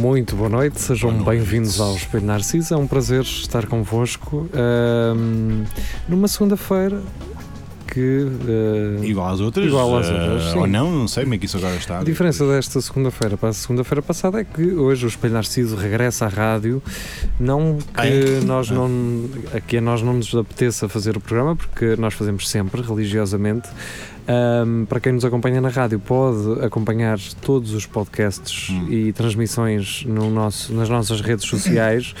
Muito boa noite, sejam bem-vindos ao Espelho Narciso. É um prazer estar convosco ahm, numa segunda-feira que. ah, Igual às outras? Igual às eh, outras, sim. Ou não, não sei como é que isso agora está. a diferença desta segunda-feira para a segunda-feira passada é que hoje o Espelho Narciso regressa à rádio. Não Ah, que é? nós não, Ah. a que a nós não nos apeteça fazer o programa, porque nós fazemos sempre, religiosamente. Ahm, para quem nos acompanha na rádio, pode acompanhar todos os podcasts Hum. e transmissões no nosso, nas nossas redes sociais.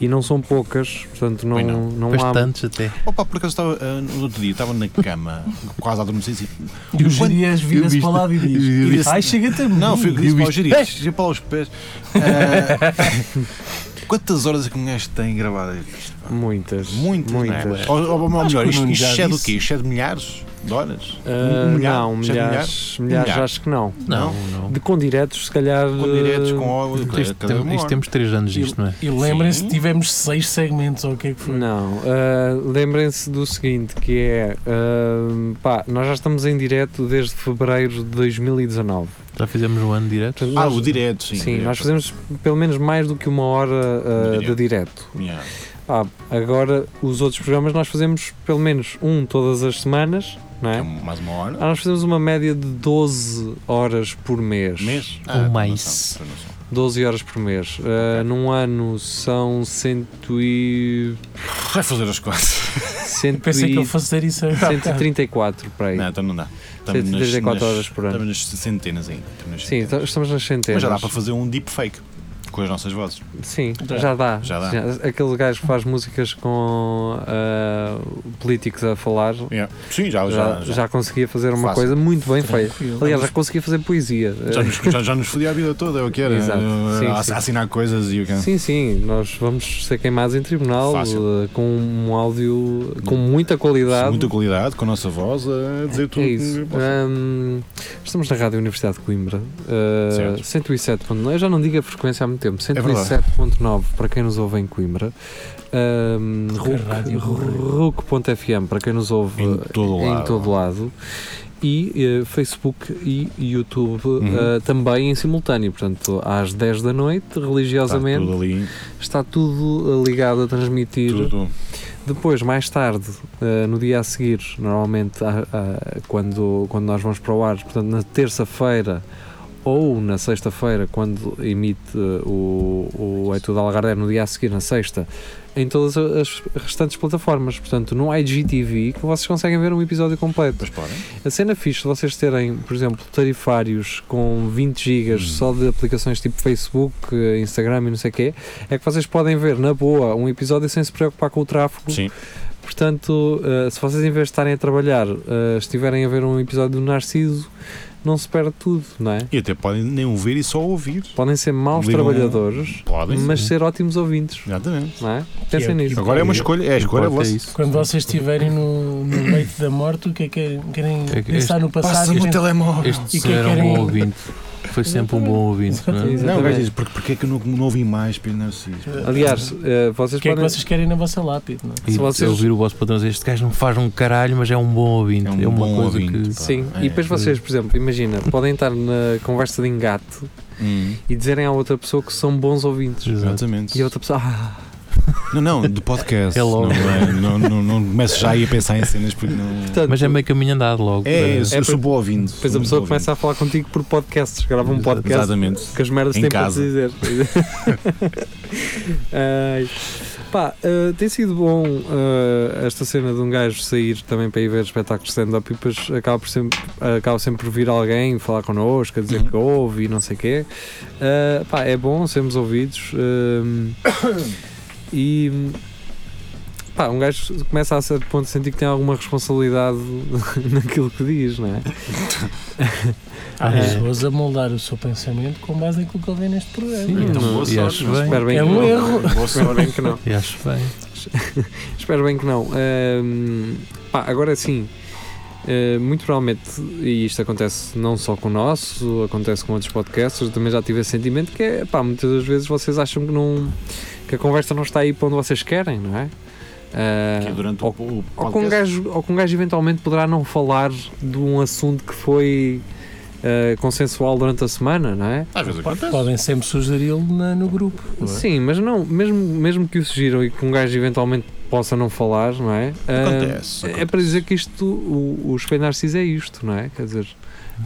E não são poucas, portanto não, Pois não. não. um há. Bastantes até. Opa, por acaso estava, eh, no outro dia, estava na cama, quase a adormecer assim. e E o Quando- Gerias eu vira-se vi para lá e isto. diz: Eu vi isto. Ai, chega-te a mim. Não, foi o que disse Eu para vi- os gerir, cheguei para os pés. Eh, quantas horas é que um gajo tem gravado isto? pá? Muitas. Muitas, não é? Muitas. Ou, ou- ou Acho melhor, que o isto, Nuno isto já excede o disse. quê? Excede milhares de horas? Ah, Um milhar? não, Já de milhares, milhares, Milhar. acho que não. Não, Não. não. De, com diretos, se calhar. Com diretos, com eh, óleo, Isto, cada tem- uma isto hora. temos 3 anos, isto não é? E, e lembrem-se, Sim. tivemos seis segmentos, ou o que é que foi? Não, ah, lembrem-se do seguinte: que é ah, pá, nós já estamos em direto desde fevereiro de 2019. Já fizemos um ano direto. Portanto, Ah, nós- o direto, sim. Sim, direto. nós fazemos pelo menos mais do que uma hora ah, de Direto. direto. Yeah. Ah, agora, os outros programas nós fazemos pelo menos um todas as semanas, não É é? mais uma hora. Ah, nós fazemos uma média de 12 horas por mês. Mês? Ou Ah, mais. noção, noção. 12 horas por mês. Ah, num ano são cento e... Vai fazer as coisas. cento Pensei e- que eu fazer isso agora. 134 para aí. Não, então não dá. 134 horas por ano. Estamos nas centenas ainda. estamos nas Sim, centenas. então estamos nas centenas. Mas já dá para fazer um deepfake com as nossas vozes. Sim, Já. já dá. Já dá. aquele gajo que faz músicas com ah, políticos a falar. Yeah. Sim, já, Já, já, já conseguia fazer uma Fácil. coisa muito bem feita. Aliás, já conseguia fazer poesia. Eh, já nos, já, já nos fodia a vida toda, é o que era. Exato. Eh, Sim, ass- sim. assinar coisas e o que é. Sim, sim, nós vamos ser queimados em tribunal Fácil. eh, com um áudio com muita qualidade. Muita qualidade, com a nossa voz, a dizer tudo. É isso. Ahm, estamos na Rádio Universidade de Coimbra, ah, Certo. É 107.9. Eu já não digo a frequência há muito tempo. verdade. 107.9 para quem nos ouve em Coimbra, ahm, Que rádio RUC- RUC.fm para quem nos ouve Em todo em lado. Tá todo lado, E eh, Facebook e YouTube Uhum. ah, também em simultâneo, portanto, às 10 da noite, Está religiosamente, tudo ali. está tudo ah, ligado a transmitir. Tudo. Depois, mais tarde, eh, no dia a seguir, normalmente a- a- quando, quando nós vamos para o ar, portanto, na terça-feira ou na sexta-feira, quando emite eh, o, o É Tudo Algarve, no dia a seguir, na sexta, em todas as restantes plataformas. Portanto, no IGTV, que vocês conseguem ver um episódio completo. Mas podem. A cena fixe de vocês terem, por exemplo, tarifários com 20 GB só de aplicações tipo Facebook, eh, Instagram e não sei o quê, é que vocês podem ver na boa um episódio sem se preocupar com o tráfego. Sim. Portanto, eh, se vocês em vez de estarem a trabalhar, eh, estiverem a ver um episódio do Narciso, não se perde tudo, não é? E até podem nem ouvir e só ouvir. Podem ser maus Ligam- trabalhadores, Podem. mas ser ótimos ouvintes, Exatamente. não é? Pensem é- nisso. Agora é uma escolha, é a escolha Importa vossa. isso. Quando vocês estiverem no, no leito da morte, o que é que querem- querem É que pensar no passado? Passa-me e o pensar- telemóvel. Este E senhor quem era um querem- bom ouvinte. Foi sempre um bom ouvinte. Não é? Exatamente. Não, o gajo diz, porque, porque é que eu não, não ouvi mais Pedro Narciso? Aliás, eh, vocês O que é que podem. vocês querem na vossa lápide? Não? é? E Se vocês- ouvir o vosso patrão dizer este gajo não faz um caralho, mas é um bom ouvinte. É um uma bom coisa ouvinte, que. pá. Sim, É. e depois vocês, por exemplo, imagina, podem estar na conversa de engate Hum, e dizerem à outra pessoa que são bons ouvintes. Exato. exatamente. E a outra pessoa, ah, Não, não, de podcast. É logo. Não, é, não, não, não começo já aí a pensar em cenas porque não. portanto, Mas é meio caminho andado logo. É, eu, sou- É eu sou porque- bom ouvindo. depois a pessoa começa a falar contigo por podcasts, grava um podcast Exatamente. que as merdas Em têm casa. para te dizer. Ai. Pá, eh, tem sido bom eh, esta cena de um gajo sair também para ir ver espetáculos de stand-up e depois acaba, por sempre, acaba sempre por vir alguém falar connosco, a dizer que ouve e não sei o quê. Eh, pá, é bom sermos ouvidos. eh, e pá, um gajo começa a certo ponto a sentir que tem alguma responsabilidade naquilo que diz, não é? Há É. pessoas a moldar o seu pensamento com base naquilo que ele vê neste programa. Sim, Então, não- boa e sorte, acho mas- bem. Espero bem é que um não. erro. Boa Espero sorte. bem que não. E acho bem. Espero bem que não. Ahm, pá, agora sim, ah, muito provavelmente, e isto acontece não só com o nosso, acontece com outros podcasts, eu também já tive esse sentimento que é, pá, muitas das vezes vocês acham que, não, que a conversa não está aí para onde vocês querem, não é? Ah, Aqui durante o, ou, o ou que um podcast. gajo, ou que um gajo eventualmente poderá não falar de um assunto que foi ah, consensual durante a semana, não é? Às vezes acontece. Podem sempre sugeri-lo na- no grupo. não é? Sim, mas não, mesmo, mesmo que o sugiram e que um gajo eventualmente possa não falar, não é? Ah, Acontece. É para dizer que isto, o, o espelho narciso é isto, não é? Quer dizer,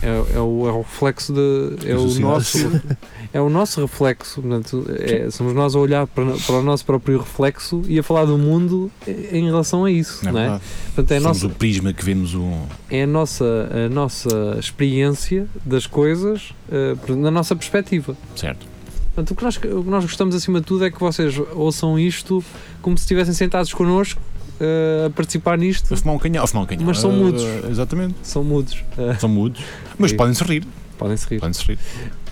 é, é o, é o reflexo de. É o Sociedade. nosso, é o nosso reflexo. Portanto, é- somos nós a olhar para, para o nosso próprio reflexo e a falar do mundo em relação a isso, não é? verdade. Portanto, é a Somos nossa, o prisma que um, vemos o. é a nossa, a nossa experiência das coisas eh, por- na nossa perspectiva. Certo. Portanto, o que, nós, o que nós gostamos acima de tudo é que vocês ouçam isto como se estivessem sentados connosco eh, a participar nisto. A fumar um canhão. A fumar um canhão. Mas são Ah, mudos. Exatamente. São mudos. Eh, São mudos. Mas E- podem-se rir. podem-se rir. Podem-se rir.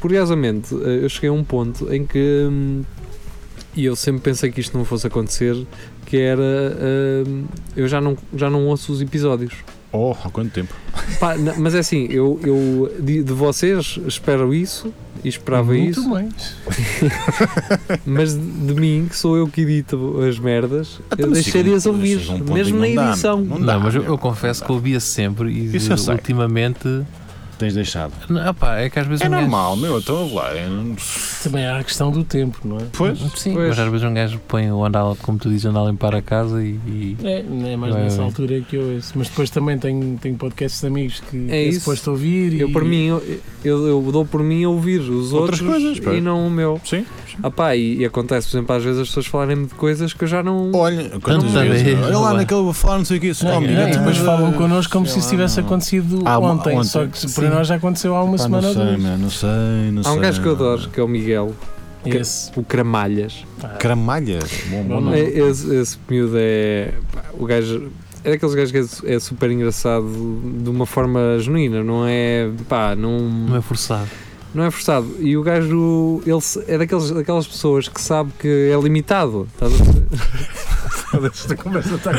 curiosamente, eh, eu cheguei a um ponto em que hum, e eu sempre pensei que isto não fosse acontecer, que era hum, eu já não, já não ouço os episódios. Oh, há quanto tempo? Pá, na- mas é assim, eu, eu de, de vocês espero isso e esperava Uhum. Muito isso, mais. mas de, de mim, que sou eu que edito as merdas, eu mas deixaria-as chega um- ouvir, chega um ponto mesmo na em que não dá, edição. não dá. Não, mas eu, meu. eu confesso que ouvia sempre e Isso eu sei. ultimamente. Tens deixado. Não, pá, é que às vezes É um gajo- normal, meu. Então, lá. é- Também há a questão do tempo, não é? Pois. Sim, Pois. mas às vezes um gajo põe o andar, como tu dizes, andar a limpar a casa e. e- É, não é mais Vai, nessa vai. altura que eu ouço. Mas depois também tenho, tenho podcasts de amigos que É é, isso. suposto ouvir. Eu, e... por mim, eu, eu- eu dou por mim a ouvir os outros Outras coisas, pá. e não o meu. Sim. Ah pá, e, e acontece, por exemplo, às vezes as pessoas falarem-me de coisas que eu já não. Olha, quantas Tanta vezes. vez, Olha lá olha. naquele a falar, não sei o quê. Não, Não, amigo, não, eu depois também- falam connosco como é, sei se isso lá, tivesse não. acontecido Ah, uma- ontem, ontem. Só que Sim. para nós já aconteceu há uma Pá, semana não ou sei, duas. meu, não sei, não Há sei. um gajo que eu adoro, que é o Miguel, que- Esse. o Cramalhas. Cramalhas. Bom, bom Não, nome. não. É- Esse, esse miúdo é. pá, O gajo. É daqueles gajos que é su- é, super engraçado de uma forma genuína, não é. pá, Não é não. forçado. Não é forçado. E o gajo. Ele se- é daqueles, daquelas pessoas que sabe que é limitado. Estás a perceber? Esta conversa está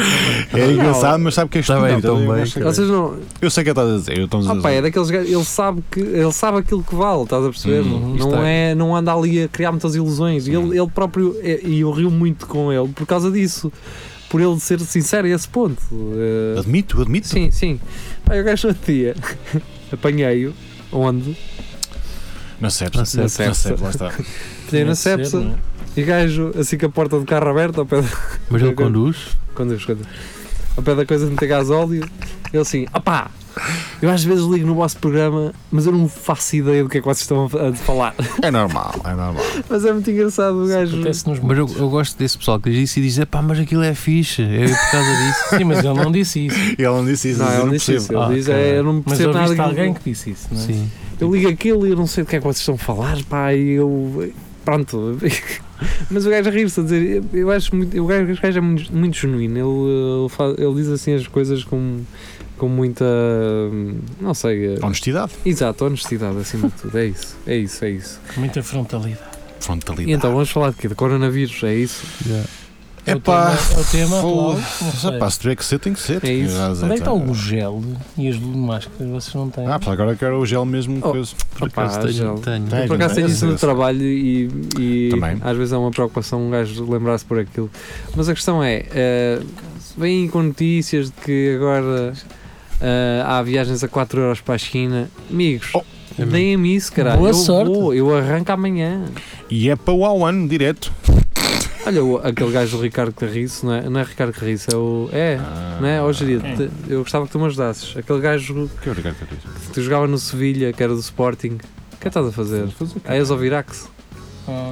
É engraçado, mas sabe que é Tá bem, então, estúpido. então Eu tão bem. sei- Vocês não. Eu sei o que estás a dizer. Eu estou a Ah, pá, é dizer. daqueles gajos. Ele sabe, que, ele sabe aquilo que vale, estás a perceber? Uhum, isto não, é, não anda ali a criar muitas ilusões. E Ele, ele próprio. é- E eu rio muito com ele por causa disso. Por ele ser sincero a esse ponto. Eh, Admito, admito. Sim, sim. Pá, eu gajo outro dia apanhei-o, onde? Na sepsa. Na sepsa. Na sepsa, lá está. Apanhei na sepsa e gajo assim com a porta do carro aberta, ao pé da, Mas ele conduz. quando eu escuto, ao pé da coisa de meter gás óleo, ele assim, opá, eu às vezes ligo no vosso programa, mas eu não faço ideia do que é que vocês estão a a falar. É normal, é normal. Mas é muito engraçado o gajo. Acontece-nos Mas eu, muito. eu gosto desse pessoal que diz isso e diz: pá, mas aquilo é fixe. É por causa disso. Sim, mas ele não disse isso. Ele não disse isso, Não, eu ele não disse percebo. isso, ele Ah, diz, ok. é, eu não Mas percebo nada. ouviste que- alguém que disse isso, não é? Sim. Eu ligo aquilo e eu não sei do que é que vocês estão a falar, pá, e eu. Pronto. Mas o gajo a rir-se a dizer, eu acho muito. O gajo, o gajo é muito, muito genuíno, ele, eh, ele, fa- ele diz assim as coisas com, com muita. hum, Não sei. eh, Honestidade, Exato, honestidade acima de tudo, é isso, é isso, é isso. Com muita frontalidade. E frontalidade. então vamos falar de quê? De coronavírus, é isso? Yeah. É é o pá, tema- é o tema, foda- logo, não sei. pá, se tiver que ser, tem que ser. Ah, É isso. Eu já Onde é que está sei, o gel e as máscaras? Vocês não têm? Ah, pá, agora quero o gel mesmo. Oh. coisa. Por Opa, acaso tenho. já- tenho. Tem. Por acaso tenho isso no Engraçado. trabalho e, e Também. às vezes é uma preocupação um gajo lembrar-se por aquilo. Mas a questão é, eh, vêm com notícias de que agora eh, há viagens a 4 euros para a China. Amigos, Oh. deem-me isso, caralho. É Boa eu sorte. vou, eu arranco amanhã. E é para o ano direto. Olha, o- aquele gajo do Ricardo Carriço, não é, não é Ricardo Carriço, é o... É, não é? Ah, Hoje dia, Quem? eu gostava que tu me ajudasses. Aquele gajo Que é o Ricardo Carriço? que tu jogava no Sevilha, que era do Sporting. O que é que estás a fazer? Ah, és ao Virax. Ah,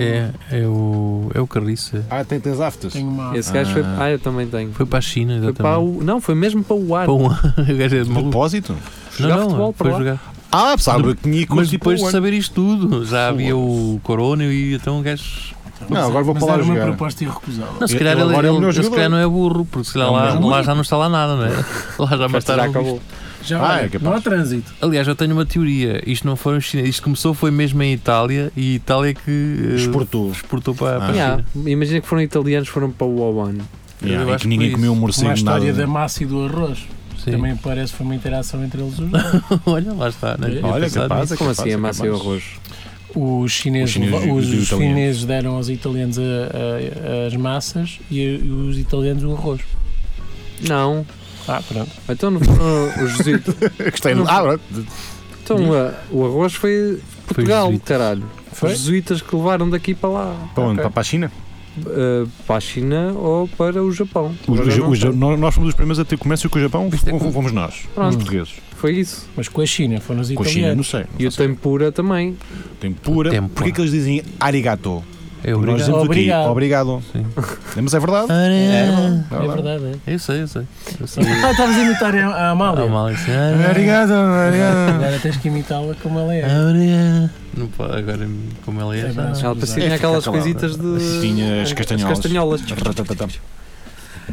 É, é o. É o Carriça. Ah, tem tens aftas. Tenho uma. Esse gajo foi... Ah. Ah, eu também tenho. Foi para a China, Foi exatamente. para o, não, foi mesmo para o ar. Para um ano. O gajo é de maluco. Propósito? jogar não, futebol não, para foi lá. jogar. Ah, sabe que tinha Mas curso e um para depois o de ano. saber isto tudo, já havia o Corona e então o gajo Não, agora vou Mas para lá era uma jogar. proposta irrecusável. Ah, Não, se Ele calhar ele, agora é o ele- melhor se jogador. calhar não é burro, porque se calhar É o lá, melhor lá jogador. já não está lá nada, não é? Lá já já bastaram. acabou. Já Ah, olha, é capaz. não há trânsito. Aliás, eu tenho uma teoria. Isto não foram os chineses. Isto começou foi mesmo em Itália e Itália que eh, Exportou. exportou para, Ah. para a Yeah, China. imagina que foram italianos, foram para o Wuhan. Eu Yeah, e acho que que ninguém foi comeu um Como a morcego história nada. da massa e do arroz. Sim. Também parece que foi uma interação entre eles os dois. Olha, lá está, né? Eu Olha, pensava capaz, nisso. é Como capaz, assim, é a massa e o capaz. arroz? Os chineses, Os chineses e os, os italianos. os chineses deram aos italianos a- a- as massas e, e os italianos o arroz. Não. Ah, pronto. Então não foram os jesuítas. Gostei. Não- Ah, não. Então a- o arroz foi Portugal, jesuítas. caralho. Foi? Os jesuítas que levaram daqui para lá. para onde? Ok. Para a China? Uh, para a China ou para o Japão. Os- Agora os- não os- sei. nós, nós fomos os primeiros a ter comércio com o Japão, Isto é fomos, com- fomos nós, os Pronto, portugueses. foi isso. Mas com a China, foram os Com a China, não italianos. sei. não E o faço tempura também. ideia. Tempura. Tempura. Porquê que eles dizem arigato? É Nós obrigado. dizemos Obrigado. aqui obrigado. Mas é verdade. Arigato. É verdade, é. Eu sei, eu sei. Eu sei. Ah, estavas a imitar a, a Amália. Ah, mal, isso. Arigato. obrigado. Agora tens que imitá-la como ela Ah. é. Arigato. Não pode, agora como ela é. É já não. verdade. Ela parecia tinha É, fica aquelas calado. coisitas de. Tinha as castanholas. castanholas. Ratatatá.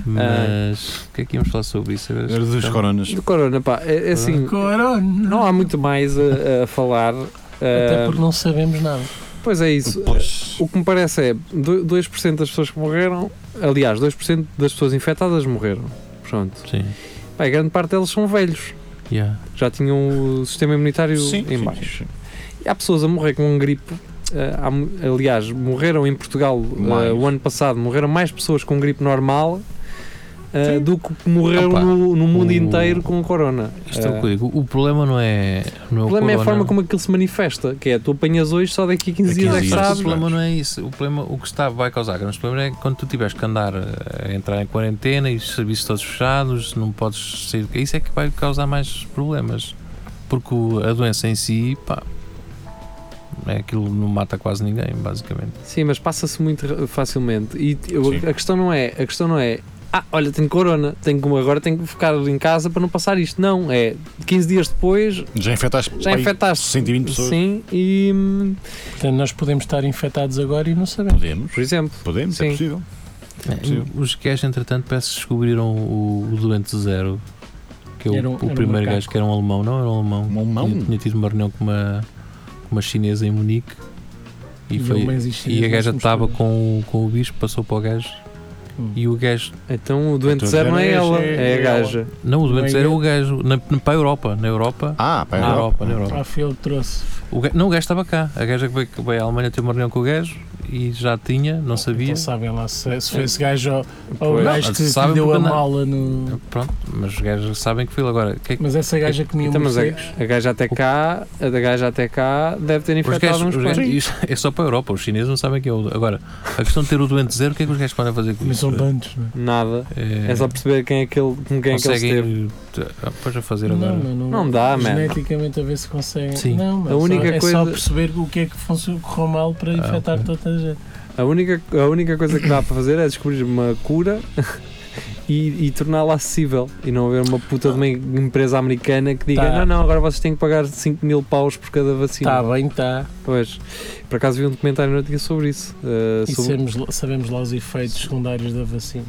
Mas o que é que íamos falar sobre isso? Então, Agora Era dos esqueci-me. coronas. Do Corona, pá. É, é assim, Corona! não há muito mais a, a falar. Até Ah, porque não sabemos nada. pois é isso. Pois. O que me parece é do- 2% das pessoas que morreram, aliás, 2% das pessoas infectadas morreram. Pronto. Sim. Bem, grande parte deles são velhos. Yeah. Já tinham o sistema imunitário Sim, em sim, baixo. E há pessoas a morrer com um gripe. ah, há mu- aliás, morreram em Portugal ah, Mais. o ano passado, morreram mais pessoas com gripe normal. ah, do que morreram Opa, no, no mundo o- inteiro com corona. Isto é o Ah, que eu digo. O problema não é. Não O é problema é a corona. forma como aquilo se manifesta, que é tu apanhas hoje, só daqui a 15 Daqui a dias é que 15 Mas sabes. O sabes. problema não é isso. O problema, o que está, vai causar grandes problemas é quando tu tiveres que andar a entrar em quarentena e os serviços todos fechados, não podes sair. Isso é que vai causar mais problemas. Porque o- a doença em si, pá, é aquilo não mata quase ninguém, basicamente. Sim, mas passa-se muito ra- facilmente. E t- eu- Sim. a questão não é, a questão não é, ah, olha, tenho corona, tenho que, agora tenho que ficar em casa para não passar isto. Não, é 15 dias depois Já infetaste. já pai, infectaste. 120 pessoas. Sim, e hum, Portanto, nós podemos estar infectados agora e não sabemos. Podemos. por exemplo, Podemos, Sim. é possível. possível. Os gajos, entretanto, parece que descobriram o, o doente zero, que é o, Era um- o era um primeiro macaco. gajo que era um alemão, não era um alemão. Um alemão. Tinha, tinha tido uma reunião com uma, com uma chinesa em Munique e, foi. alemães E a chineses gaja não se estava misturam. com, o- com o bicho, passou para o gajo Hum. e o gajo. então o doente Então, zero não é já ela, é- é a é gaja. Não, o doente Não é era o gajo. Na, na- para a Europa. Na Europa. Ah, pá, Na Europa, na Europa. Ah, foi ele que trouxe. O ga- não, o gajo estava cá. A gaja que veio, que veio à Alemanha ter uma reunião com o gajo e já tinha, não sabia. Então sabem lá se, se foi esse gajo ou, ou o Pois. gajo que, que Sabem deu a porque não- mala no. Pronto, mas os gajos sabem que foi ele agora. Que é que- Mas essa gaja comia Então, mas a, morcegos. a gaja até cá, a da gaja até cá deve ter os gajos, infectado uns os gajos- quantos. isto é só para a Europa, os chineses não sabem que é o. Agora, a questão de ter o doente zero, o que é que os gajos podem fazer com Mas isso? são tantos, não é? Nada. É, É só perceber quem é que ele, com quem é que ele esteve. conseguem. Ah, Pois a fazer Não, agora. mano, Não dá, mano. Geneticamente a ver se conseguem. Sim. Não, mano, A única só, é só coisa- perceber o que é que funcionou, correu mal para Ah, infectar ok. toda a gente. A única, a única coisa que dá para fazer é descobrir uma cura e, e torná-la acessível. E não haver uma puta de uma empresa americana que diga: Tá. não, não, agora vocês têm que pagar 5 mil paus por cada vacina. Está Tá bem, está. Pois, por acaso vi um documentário no dia sobre isso. eh, E sobre- sabemos, lá- sabemos lá os efeitos secundários da vacina.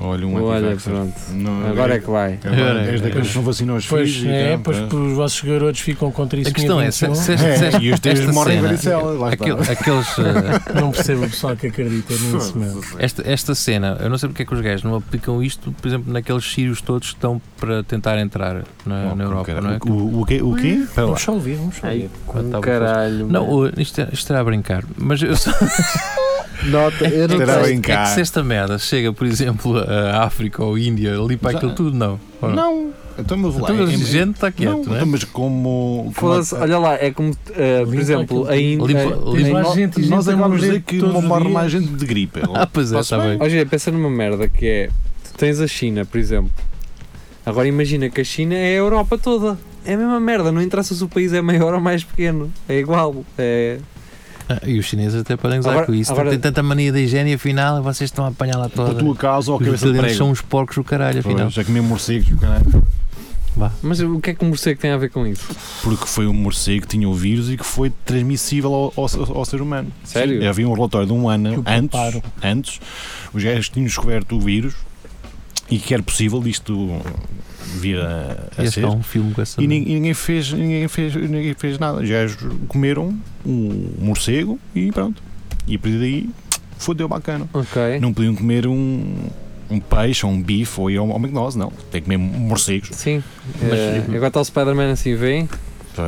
Olha, um Olha, anti-vaxxer. pronto. Não, Agora é que vai. Agora É. és daqueles que não vacinam os Pois, filhos. e é, tal, pois pá. os vossos garotos ficam contra isso. então, A questão é, se, se, se, É, e os teus esta morrem de cena- varicela. Lá está. Aquele- aqueles, eh, Não percebo o pessoal que acredita nisso, meu. esta, esta cena, eu não sei porque é que os gajos não aplicam isto, por exemplo, naqueles sírios todos que estão para tentar entrar Oh, na, na Europa, não é? O, o quê? O quê? Espera lá. Vamos só ouvir, vamos só ouvir. com Com caralho, caralho. Não, o- isto, é- isto era a brincar, mas eu só, nota, eu não sei. Era a é que brincar. se esta merda chega, por exemplo, à África ou Índia, ali para Já- aquilo tudo, não. Ou Não. Então, mas lá. Então, é- a gente está Não, quieto, não, é? então, mas como. como Foda-se, olha lá, é como, eh, por Limpa exemplo, aquilo. a é- Índia. Limpa- a- limpa- a- Mas gente, gente nós a acabamos de morrer dizer que todos não os morre dias. mais gente de gripe. Ah, pois é, Está-se está bem. Hoje é, pensa numa merda que é: tu tens a China, por exemplo. Agora imagina que a China é a Europa toda. É a mesma merda, não interessa se o país é maior ou mais pequeno. É igual. É... Ah, E os chineses até podem usar Agora- com isso. agora- Tem tanta mania da higiene, afinal, vocês estão a apanhar lá toda. Por tua causa ou Os cabeça de italianos prego. são uns porcos do caralho, afinal. Pois, Já comi morcegos, caralho. Vá. Mas o que é que o morcego tem a ver com isso? Porque foi um morcego que tinha o vírus e que foi transmissível ao, ao- ao ser humano. Sério? Já havia um relatório de um Que ano o antes, preparo. antes, os gajos tinham descoberto o vírus e que era possível isto vir a, a Ia ser. ficar um filme com essa. Tá E nin- e ninguém fez, ninguém fez, ninguém fez nada. Os gajos comeram um morcego e pronto. E a partir daí, fodeu bacana. Ok. Não podiam comer um, um peixe ou um bife ou ir ao, ao McDonald's, não. Tem que comer morcegos. Sim. Mas- Eh, agora está o Spider-Man assim, vem.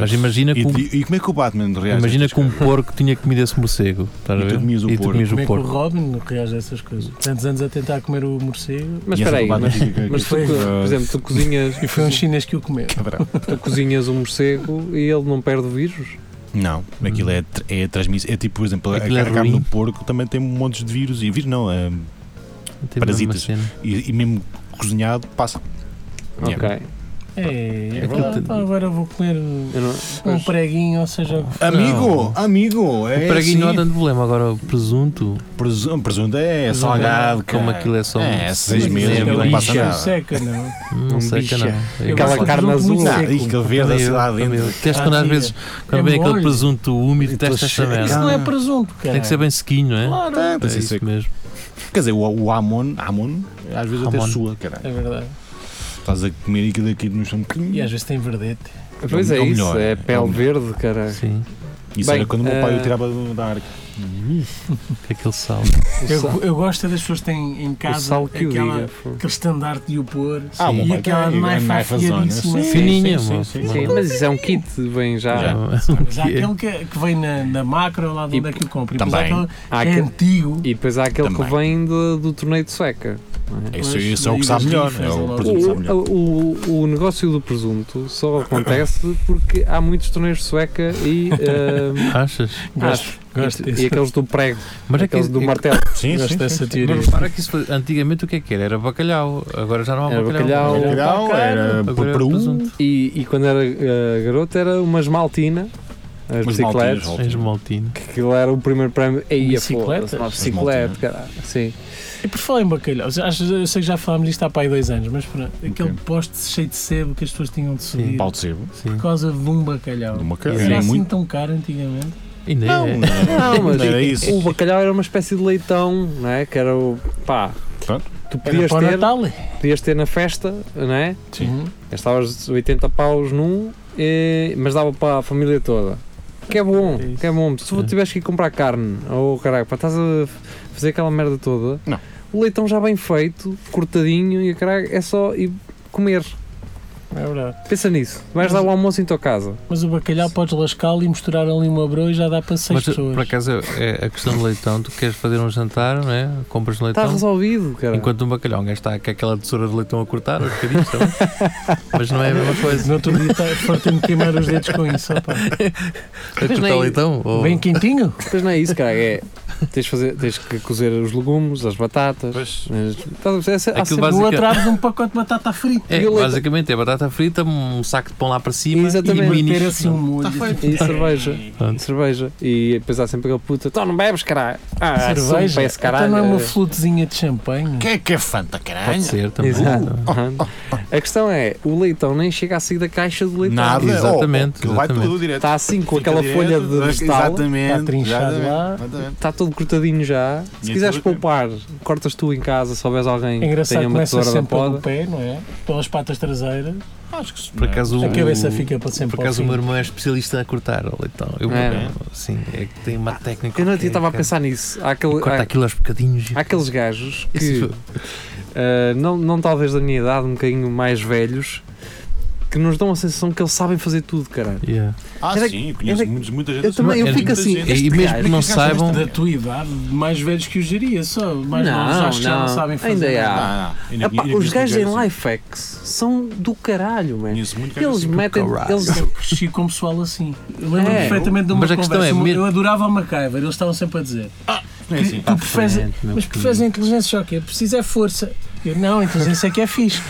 Mas imagina E, que um- e, e como é que o Batman reage? a Imagina estas que um porco tinha comido esse morcego. Estás E a tu ver? comias o e tu porco. comias Como o é que o porco. Robin reage a essas coisas? Tantos anos a tentar comer o morcego Mas E essa espera aí, combate mas, fica- mas tu, foi- por exemplo, tu cozinhas, e foi um chinês que o comeu. Cabrão. tu cozinhas um morcego e ele não perde o vírus? Não, aquilo é, tr- é transmissão. É tipo, por exemplo, a- Aquilo é a, carne ruim. do porco também tem montes de vírus e vírus não, é, Teve Parasitas. uma cena. e, e mesmo cozinhado passa. Yeah. Ok. É, É pá, aquele- pá, agora vou comer Eu não- um preguinho, ou seja, Amigo, amigo, é o preguinho não assim. dá tanto problema. Agora o presunto, Presunto, presunto é Presunto salgado, como cara. aquilo é só. um- É, seis um meses, exemplo, não um passa é bicho. nada. seca, não? Não Um sei que não. bicho. Eu Aquela gosto- carne presunto muito azul. Ah, seco. e aquele Também verde assim é. eu, lá também dentro. eu. Queres quando às Ah, vezes, quando É vem aquele molho. presunto úmido, E tu testa essa chegas- Isso merda. não é presunto, cara. Tem que ser bem sequinho, não é? Claro, é, É tem que ser isso seco. mesmo. Quer dizer, o, o Amon, Amon, às vezes Amon. até sua, caralho. É verdade. Estás a comer e aquilo aqui no chão. E às vezes tem verdete. Pois é, É o isso, melhor, é é o pele verde, é. cara. Sim, Isso Bem, era quando o meu pai eh, o tirava da arca. que é aquele sal. O sal- Eu, eu gosto é das pessoas que têm em O casa sal que o aquela, diga. pô. aquele estandarte de o pôr Ah, o meu e pai aquela tem, é knife knife afiadíssima. zona, sim. Fininha, sim, mano. sim, Sim, mas isso é um kit, vem É. já. é? Já aquele que, que vem na, na macro, lá de E- onde é que o compro. E depois Também. há aquele Há que é aquele- antigo. E depois há aquele que Também. vem de- do torneio de sueca. não é? Isso, Mas isso é o daí que sabe das melhor. rifas, É ou o lá presunto que sabe melhor. O, o- o negócio do presunto só acontece porque há muitos torneios de sueca e. ah, é? Achas? Gosto, gosto e, e disso. aqueles do prego, Mas é que aqueles do martelo. Sim, Gosto sim. dessa teoria. Mas repara que isso foi- antigamente o que é que era? Era bacalhau. Agora já não há Era bacalhau. bacalhau. Bacalhau, então, era Agora por- é peru. presunto. E, e quando era ah, garoto era uma esmaltina, as Umas bicicletas, maltinhas, És maltino. que aquilo era o primeiro prémio. Aí a Bicicletas? foda-se, uma bicicleta, caralho. Sim. E por falar em bacalhau, já- acho- eu sei que já falámos disto há pá aí dois anos, mas pronto, aquele Ok. poste cheio de sebo que as pessoas tinham de subir Sim. Pau de sebo. Sim. por causa de um bacalhau. De uma Isso cara. era Era assim muito. tão caro antigamente. Ainda Não, é. não, Não, mas não era isso. o bacalhau era uma espécie de leitão, não é? Que era o. pá. Pronto. Tu Era podias para o ter, Natal. podias ter na festa, não é? Sim. Uhum. Gastavas 80 paus num, eh, mas dava para a família toda. Que é bom, É isso. que é bom. Se tu É. tivesse que ir comprar carne, ou oh, caralho, pá, estás a f- fazer aquela merda toda, Não. o leitão já bem feito, cortadinho e caralho, é só ir comer. É verdade. Pensa nisso. Vais Mas- dar o almoço em tua casa. Mas o bacalhau podes lascá-lo e misturar ali uma broa e já dá para seis Mas uh, pessoas. por acaso é a questão do leitão, tu queres fazer um jantar, não é? Compras um Está leitão. resolvido, cara. Enquanto um bacalhau, um gajo está com aquela tesoura de leitão a cortar, aos bocadinhos, tá bem? mas não é a mesma coisa. No outro dia tá- fartei-me de queimar os dedos com isso. ó pá. A Mas É cortar nem- leitão? Ou... Bem quentinho? Depois não é isso, cara. É. Tens, de fazer, tens que cozer os legumes, as batatas. Mas, estás a perceber? Essa- há Aquilo sempre- Basica- No outro abres um pacote de batata frita. É, E o leitão? basicamente é batata frita, um saco de pão lá para cima Exatamente. e Ter minis. assim um molho. Tá feito. E cerveja. Pronto. E cerveja. E depois há sempre aquele puta. Então não bebes, caralho. Ah, cerveja. cerveja. Para esse caralho. Então não é uma flutezinha de champanhe? Que é que é Fanta, caralho? Pode ser também. Exato. é? Aham. A questão é, o leitão nem chega a sair da caixa do leitão. Nada. Exatamente, Oh, oh, que é vai exatamente. tudo direto. Está assim com aquela Fica folha direto, é de tá vegetal. Exatamente. Está trinchado exatamente, lá. exatamente. Está todo cortadinho já. Se E quiseres tudo bem. poupar, cortas tu em casa, se houveres alguém É que engraçado, tenha uma começa tesoura da sempre pelo poda. pé, não é? Pelas patas traseiras. Acho É que se- um- Por acaso, A o- cabeça fica para sempre Por acaso ao o fim. meu irmão é especialista a cortar o leitão. Eu, É. Sim, é que é tem uma técnica. Eu não estava a qualquer, pensar nisso. Há, cara. aquele- E Corta há- aquilo aos bocadinhos. e- há aqueles gajos que, Isso- ah, não, não talvez da minha idade, um bocadinho mais velhos, que nos dão a sensação que eles sabem fazer tudo, caralho. Yeah. Ah, Era- sim, eu conheço era- muitos- muita gente. é Eu também, eu Mas- fico muita assim. gente. E, este mesmo gajo- que não que gajo saibam, Da tua idade, mais velhos que o geria, só. Mais Não, novos acho que já não. não sabem fazer. Ainda é. nada. há. Ah, não, ainda Epá, conhe- os ainda conheço gajos em muita gente. Lifehacks são do caralho, man. Conheço muito Eles gajo metem. caralho. Eles, Eu cresci com pessoal assim. Eu lembro-me É. perfeitamente de uma Mas a questão conversa. é mesmo- eu adorava o MacGyver, eles estavam sempre a dizer. "Ah, assim. É assim. tu preferes, frente, meu mas preferes a inteligência ou o quê? Preciso é força. Eu, não, a inteligência é que é fixe.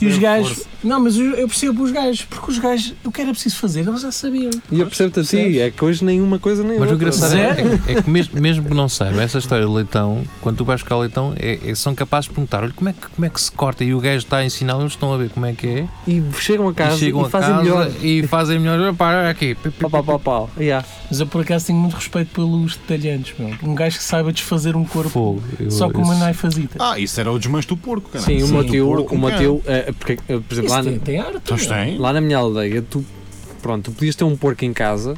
E os gajos Não, mas eu eu percebo os gajos, porque os gajos, o que era preciso fazer, eles já sabiam. E eu percebo-te a ti, Percebes? é que hoje nenhuma coisa nem Mas o outra. engraçado é, Zero. é- é que mesmo, mesmo que não saibam, essa história do leitão, quando tu vais buscar o leitão, é- é- são capazes de perguntar: olha, como é, que, como é que se corta? E o gajo está a ensinar, eles estão a ver como é que é. E chegam a casa e e, chegam a fazem casa melhor. e fazem melhor. Pá, olha aqui. Pi, pi, Pau, pau, pau, pau. Yeah. Mas eu por acaso tenho muito respeito pelos detalhantes, meu. Um gajo que saiba desfazer um corpo Fogo. Eu- só com uma isso- naifazita. Ah, isso era o desmanche do porco, cara. Sim, o meu do tio, porco, o meu cara. tio, eh, porque, eh, por exemplo, lá, Isso na- tem, tem arte. Pois meu. Então é- tem. lá na minha aldeia, tu, pronto, tu podias ter um porco em casa,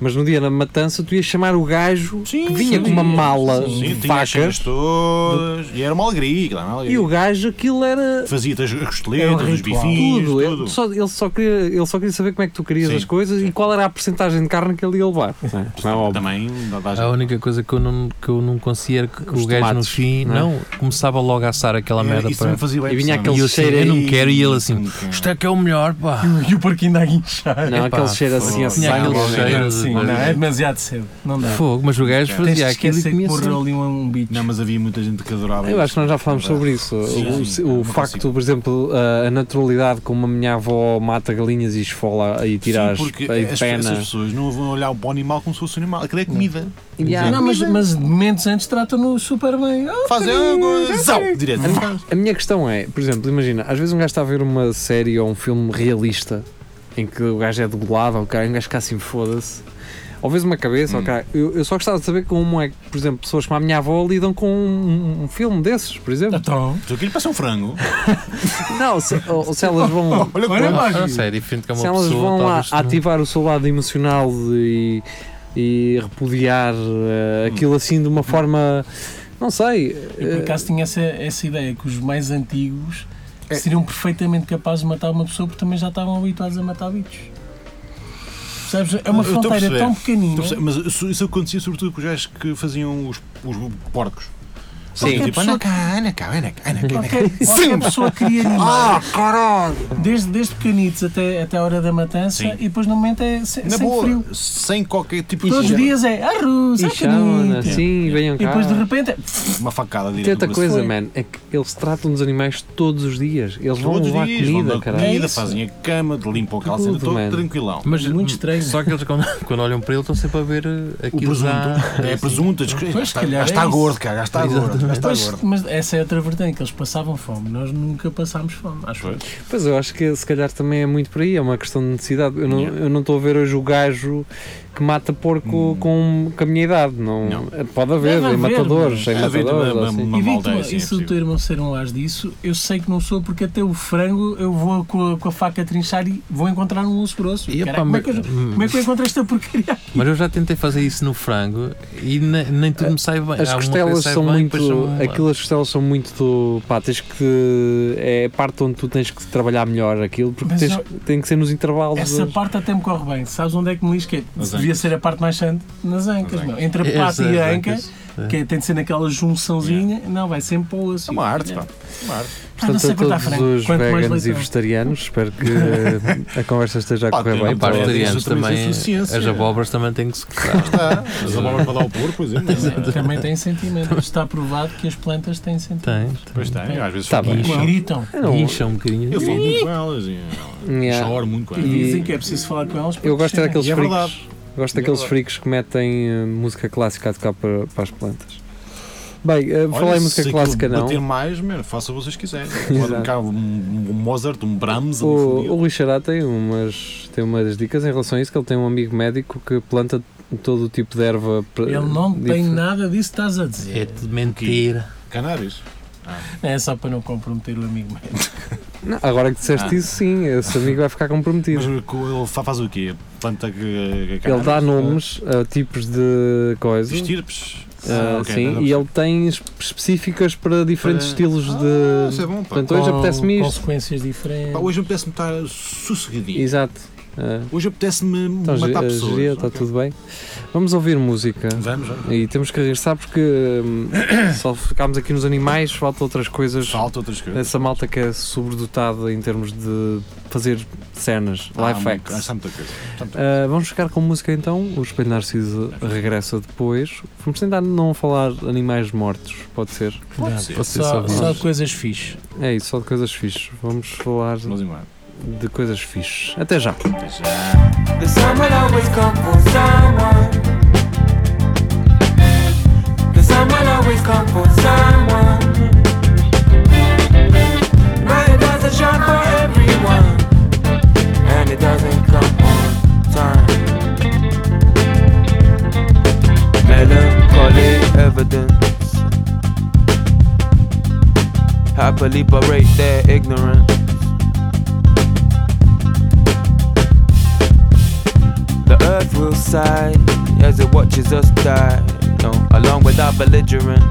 mas no dia da matança tu ias chamar o gajo Sim, que vinha sim, com uma sim, mala sim. Sim, de tinha as cenas vacas todas. E era uma alegria, claro, uma e alegria. o gajo aquilo era Fazia-te as as Era um costeletas, os ritual. bifinhos, tudo. Ele tudo. só, ele, só queria, ele só queria saber como é que tu querias Sim, as coisas e qual era a porcentagem de carne que ele ia levar. Não é? Não é óbvio. Também dá- dá- A única coisa que eu não, que eu não considero que, que Os o gajo no tomates, fim né? não é? não, começava logo a assar aquela Era- merda É, isso um para. me fazia bem E vinha impressão. aquele E eu eu assim, cheiro eu não aí- quero, e ele assim, Cara. isto é que é o melhor, pá. E o- E o porquinho ainda a guinchar. Não, Epá, aquele cheiro assim a fogo. Tinha sangue. aquele logo, cheiro de- Sim, de- não, é demasiado cedo. Não dá. Fogo, mas o gajo Tens de fazia aquilo e esquecer que comia sempre. morreu ali um bicho. Não, mas havia muita gente que adorava. é Eu acho que nós já falámos sobre isso. Sim, o sim, o não facto, consigo. por exemplo, a a naturalidade como a minha avó mata galinhas e esfola e tira as, Sim, porque a as, essas pena. pessoas não vão olhar para o animal como se fosse um animal. Aquilo é comida. E ah, há- Não, mas, mas momentos antes tratam-no super bem. Ah, Fazem algo. Zau! Direto. A minha questão é, por exemplo, imagina, às vezes um gajo está a ver uma série ou um filme realista em que o gajo é degolado, ou o cara, um gajo fica assim, foda-se. Ou vês uma cabeça, ou cara, eu, eu só gostava de saber como é que, por exemplo, pessoas como a minha avó lidam com um, um filme desses, por exemplo. Então, Então Aquilo parece um frango. Não, se, ou, ou se elas vão. Olha olha como. lá. Ah, não sei, é diferente que uma se elas pessoa. vão lá talvez não- ativar o seu lado emocional de- e, e repudiar eh, aquilo assim de uma forma. Não sei. eu por eh, acaso tinha essa, essa ideia que os mais antigos seriam perfeitamente capazes de matar uma pessoa porque também já estavam habituados a matar bichos. Percebes? É Eu estou uma a fronteira perceber. tão pequenina. Então, perce- Mas isso, isso acontecia sobretudo com os gajos que faziam os, os porcos. Sim. Tipo, anda cá, anda cá, anda cá, anda cá. Qualquer, qualquer pessoa queria Ah! Ah, animar. Desde, desde pequenitos até, até a hora da matança Sim. e depois no momento é se- sem, Na boa, frio. sem qualquer tipo Todos os de dias é arroz, e chamam sacanita. assim, venham E cá. depois de repente é. uma facada direto. Tanta no braço. coisa, Foi. man, é que eles tratam dos animais todos os dias. Eles vão Todos os levar dias, vão comida, dar caralho. comida, É isso. fazem a cama, limpam a calçada, Tudo, todo mano. tranquilão. Mas Muito estranho. Só que eles quando, quando olham para ele estão sempre a ver eh, O aquilo presunto, já- é presunto, as coisas. Pois, se Está, calhar é está isso. gordo, cara, está gordo. já Está Mas, tá gordo. mas essa é outra verdade, que eles passavam fome. Nós nunca passámos fome, acho eu. Pois eu acho que se calhar também é muito por aí, é uma questão de necessidade. Eu não, eu não estou a ver hoje o gajo que mata porco com, com a minha idade. Não, É, Não. Pode haver, Deve em haver, matadores, mas- em Deve haver matadores. uma- ou assim. uma- e Vitor, maldeia, sim, é isso do possível. teu irmão ser um as disso, eu sei que não sou, porque até o frango eu vou com a, com a faca a trinchar e vou encontrar um osso grosso. E, Caraca, epá, como, é que eu, mas- como é que eu encontro esta porcaria? Mas eu já tentei fazer isso no frango e ne- nem tudo me sai bem. As Há uma costelas coisa que sai são bem, muito. depois são- Aquilo, as costelas são muito. do- Pá, tens que. É a parte onde tu tens que trabalhar melhor aquilo, porque Mas tens- eu- tem que ser nos intervalos. Essa das- parte até me corre bem. Sabes onde é que me diz que é? Nas devia ancas. ser a parte mais chante? Nas ancas, Nas meu. Entre a Essas pata e a anca, ancas. que é- tem de ser naquela junçãozinha, não, vai sempre para o osso. É uma arte, pá. Uma arte. Ah, não Portanto, sei a cortar todos frango. os Quanto mais veganos e leitão. vegetarianos, espero que eh, a conversa esteja a Pá, correr tem- bem. pá, Para os Isso vegetarianos também é também, ciência. as abóboras também têm que se cortar. Está. Mas a bola para dar ao porco, é, por exemplo. Também tem sentimento. Está provado que as plantas têm sentimento. Tem, Pois tem, às vezes Tá falo bem. com E elas. gritam. Eu, não- Incham um bocadinho. Eu falo muito com elas e Yeah. choro muito com E elas. dizem que é preciso falar com elas. Eu gosto é daqueles E é freaks. verdade. Gosto E é daqueles verdade. freaks que metem eh, música clássica a tocar para, para as plantas. Bem, eh, falar em música clássica não. bater mais, mano, faça vocês quiserem. Exato. Pode cá um, um Mozart, um Brahms, O, um o fudido. Luís Xará tem umas, tem umas dicas em relação a isso, que ele tem um amigo médico que planta todo o tipo de erva. pra- Ele não tem difer- nada disso que estás a É dizer. tudo mentira. Canários. É só para não comprometer o amigo mesmo. Não, agora que disseste Ah. isso, sim, esse amigo vai ficar comprometido. Mas co- ele fa- faz o quê? Planta que- que ele dá canários? nomes a tipos de coisas. Estirpes. Ah, Ah, ok, sim, tá e bem. ele tem es- específicas para diferentes Para- estilos Ah, de. isso é bom, pá. Portanto, hoje apetece-me isto. consequências diferentes. Pá, Hoje apetece-me estar sossegadinho. Exato. Ah, Hoje apetece-me então, matar Gi- pessoas. Gia, está Ok. tudo bem. Vamos ouvir música. Vamos, vamos. E temos que regressar porque hum, só ficámos aqui nos animais, falta outras coisas. Salta outras coisas. Essa malta que é sobredotada em termos de fazer cenas, Há live Ah, muito- hacks. há muita coisa. há muita coisa. Ah, vamos ficar com música então. O Espelho Narciso regressa depois. Vamos tentar não falar animais mortos, pode ser? Pode ser. Pode ser só Só, vozes. só coisas fixe. É isso, só de coisas fixes. Vamos falar Vamos embora. de coisas fixes. Até já! Até já. The someone always come for someone. The someone always come for someone. Now it doesn't shine for everyone, and it doesn't come on time. Melancholy evidence. Happily berate their ignorance. The earth will sigh as it watches us die, no, along with our belligerents.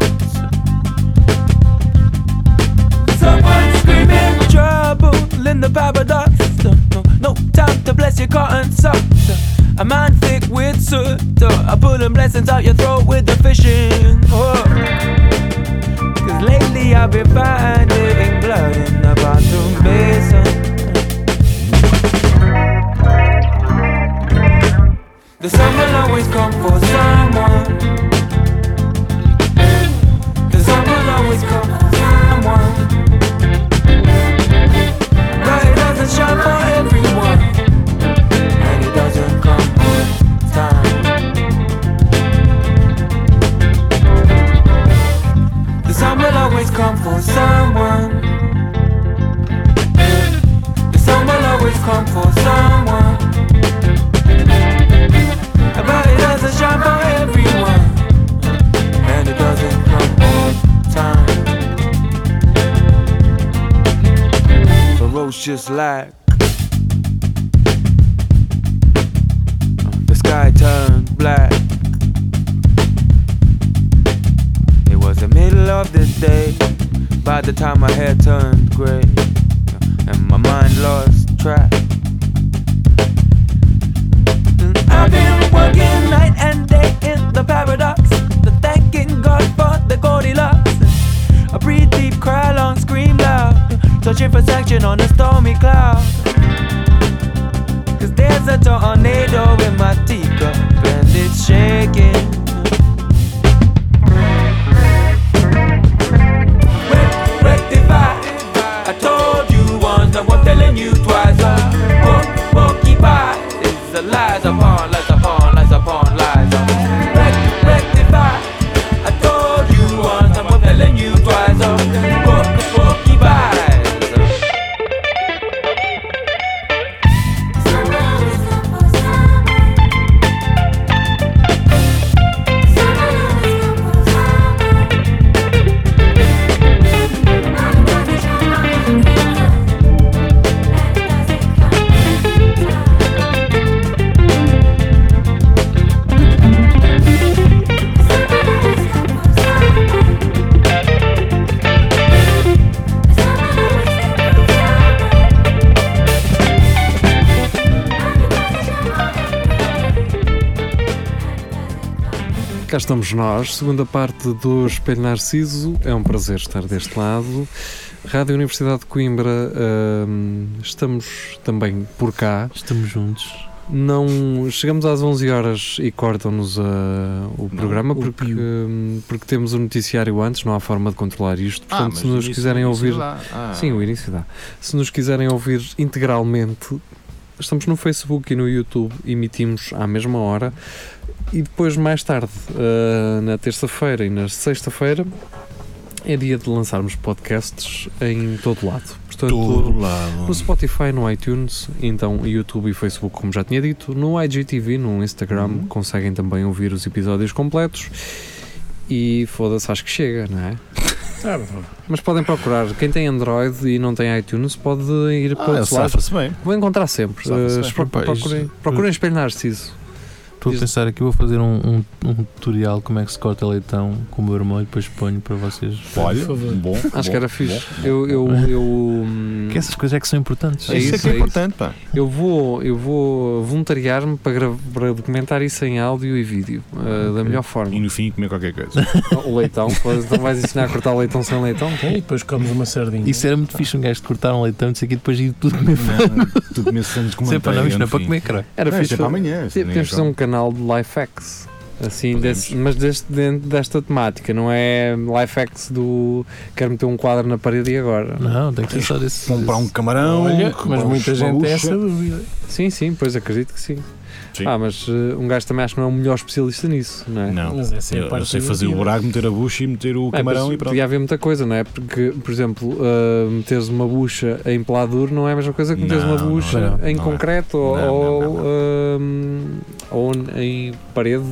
Someone screaming trouble in the paradox. No, no, no time to bless your cotton socks. A man thick with soot, I'm pulling blessings out your throat with the fishing hook. Cause lately I've been finding blood in the bathroom basin. The sun will always come for someone. The sun will always come for someone. Now it doesn't shine for everyone, and it doesn't come on time. The sun will always come for someone. The sun will always come for someone. But it doesn't shine for everyone And it doesn't come on time Ferocious lack The sky turned black It was the middle of the day By the time my hair turned gray And my mind lost track I've been working night and day in the paradox. The thanking God for the Goldilocks. I breathe deep, cry long, scream loud. Searching for section on a stormy cloud. Cause there's a tornado in my teacup and it's shaking. Re- Rectify. I told you once, and I'm telling you twice. Uh, book, bookie pie is a lies upon lies upon lies upon lies. Uh, rec- rectify. I told you once, and I'm telling you twice. Uh, book, bookie pie. Cá estamos nós, segunda parte do Espelho Narciso. É um prazer estar deste lado. Rádio Universidade de Coimbra, hum, estamos também por cá. Estamos juntos. Não chegamos às 11 horas e cortam-nos ah, o programa o porque, pio. hum, porque temos o noticiário antes, não há forma de controlar isto. Ah, Portanto, mas se nos isso- quiserem isso ouvir, lá. Ah. sim, o início dá. Se nos quiserem ouvir integralmente, estamos no Facebook e no YouTube, emitimos à mesma hora e depois mais tarde, ah, na terça-feira e na sexta-feira, é dia de lançarmos podcasts em todo lado. Portanto, Todo lado. no Spotify, no iTunes, então YouTube e Facebook, como já tinha dito, no IGTV, no Instagram, Uhum. conseguem também ouvir os episódios completos. E foda-se, acho que chega, não é? Mas podem procurar. Quem tem Android e não tem iTunes pode ir para Ah, outros lados. safra-se bem. Vão encontrar sempre. Safra-se Uh, bem. eh, pro- Rapaz, procurem, procurem espelho Narciso. Estou a Diz- pensar aqui, vou fazer um, um- um tutorial como é que se corta leitão com o vermelho, depois ponho para vocês. Olha, Por favor. bom. Acho bom, que era fixe. bom, bom, eu, eu, bom. eu, hum, Que essas coisas é que são importantes. É isso, é isso, que é é, isso. importante, pá. eu vou, eu vou voluntariar-me para, gra- para documentar isso em áudio e vídeo, ah, da Ok. melhor E forma. no fim comer qualquer coisa. o leitão, pois, então vais ensinar a cortar leitão sem leitão? Ok, E depois comes uma sardinha. Isso era muito fixe, um gajo de cortar um leitão, isso aqui e depois ir tudo comer frango. tu comes sandes com Isso é para não, manteiga isto não é no para fim. comer, caralho. Era Não, isto fixe. é para amanhã. Sim, Podemos fazer um canal de lifehacks. Assim, Podemos. desse- mas deste, dentro desta temática, não é lifehacks do quero meter um quadro na parede e agora. Não, tem que ser só desse. Comprar um desse- camarão. Olha, comprar mas uns muita gente tem babucha. essa dúvida. Sim, sim, pois acredito que sim. Sim. Ah, mas eh, um gajo também acho que não é o melhor especialista nisso, não é? Não. Mas essa é Eu, a eu parte sei fazer o divertida. buraco, meter a bucha e meter o É, camarão mas e pronto. Podia haver muita coisa, não é? Porque, por exemplo, eh, meteres uma bucha em peladuro não é a mesma coisa que meteres Não, uma não bucha é, em não é. concreto ou, Não, não, não, ou, ehm, ou em parede,